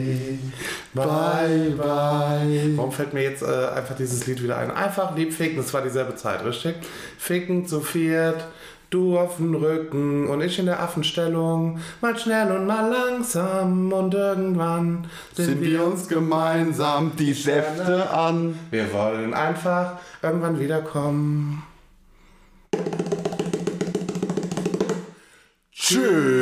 bye bye. Warum fällt mir jetzt äh, einfach dieses Lied wieder ein? Einfach lieb ficken, das war dieselbe Zeit, richtig? Ficken zu viert, du auf dem Rücken und ich in der Affenstellung. Mal schnell und mal langsam und irgendwann sind, Sind wir wir uns gemeinsam die Säfte an. Wir wollen einfach irgendwann wiederkommen. Tschüss.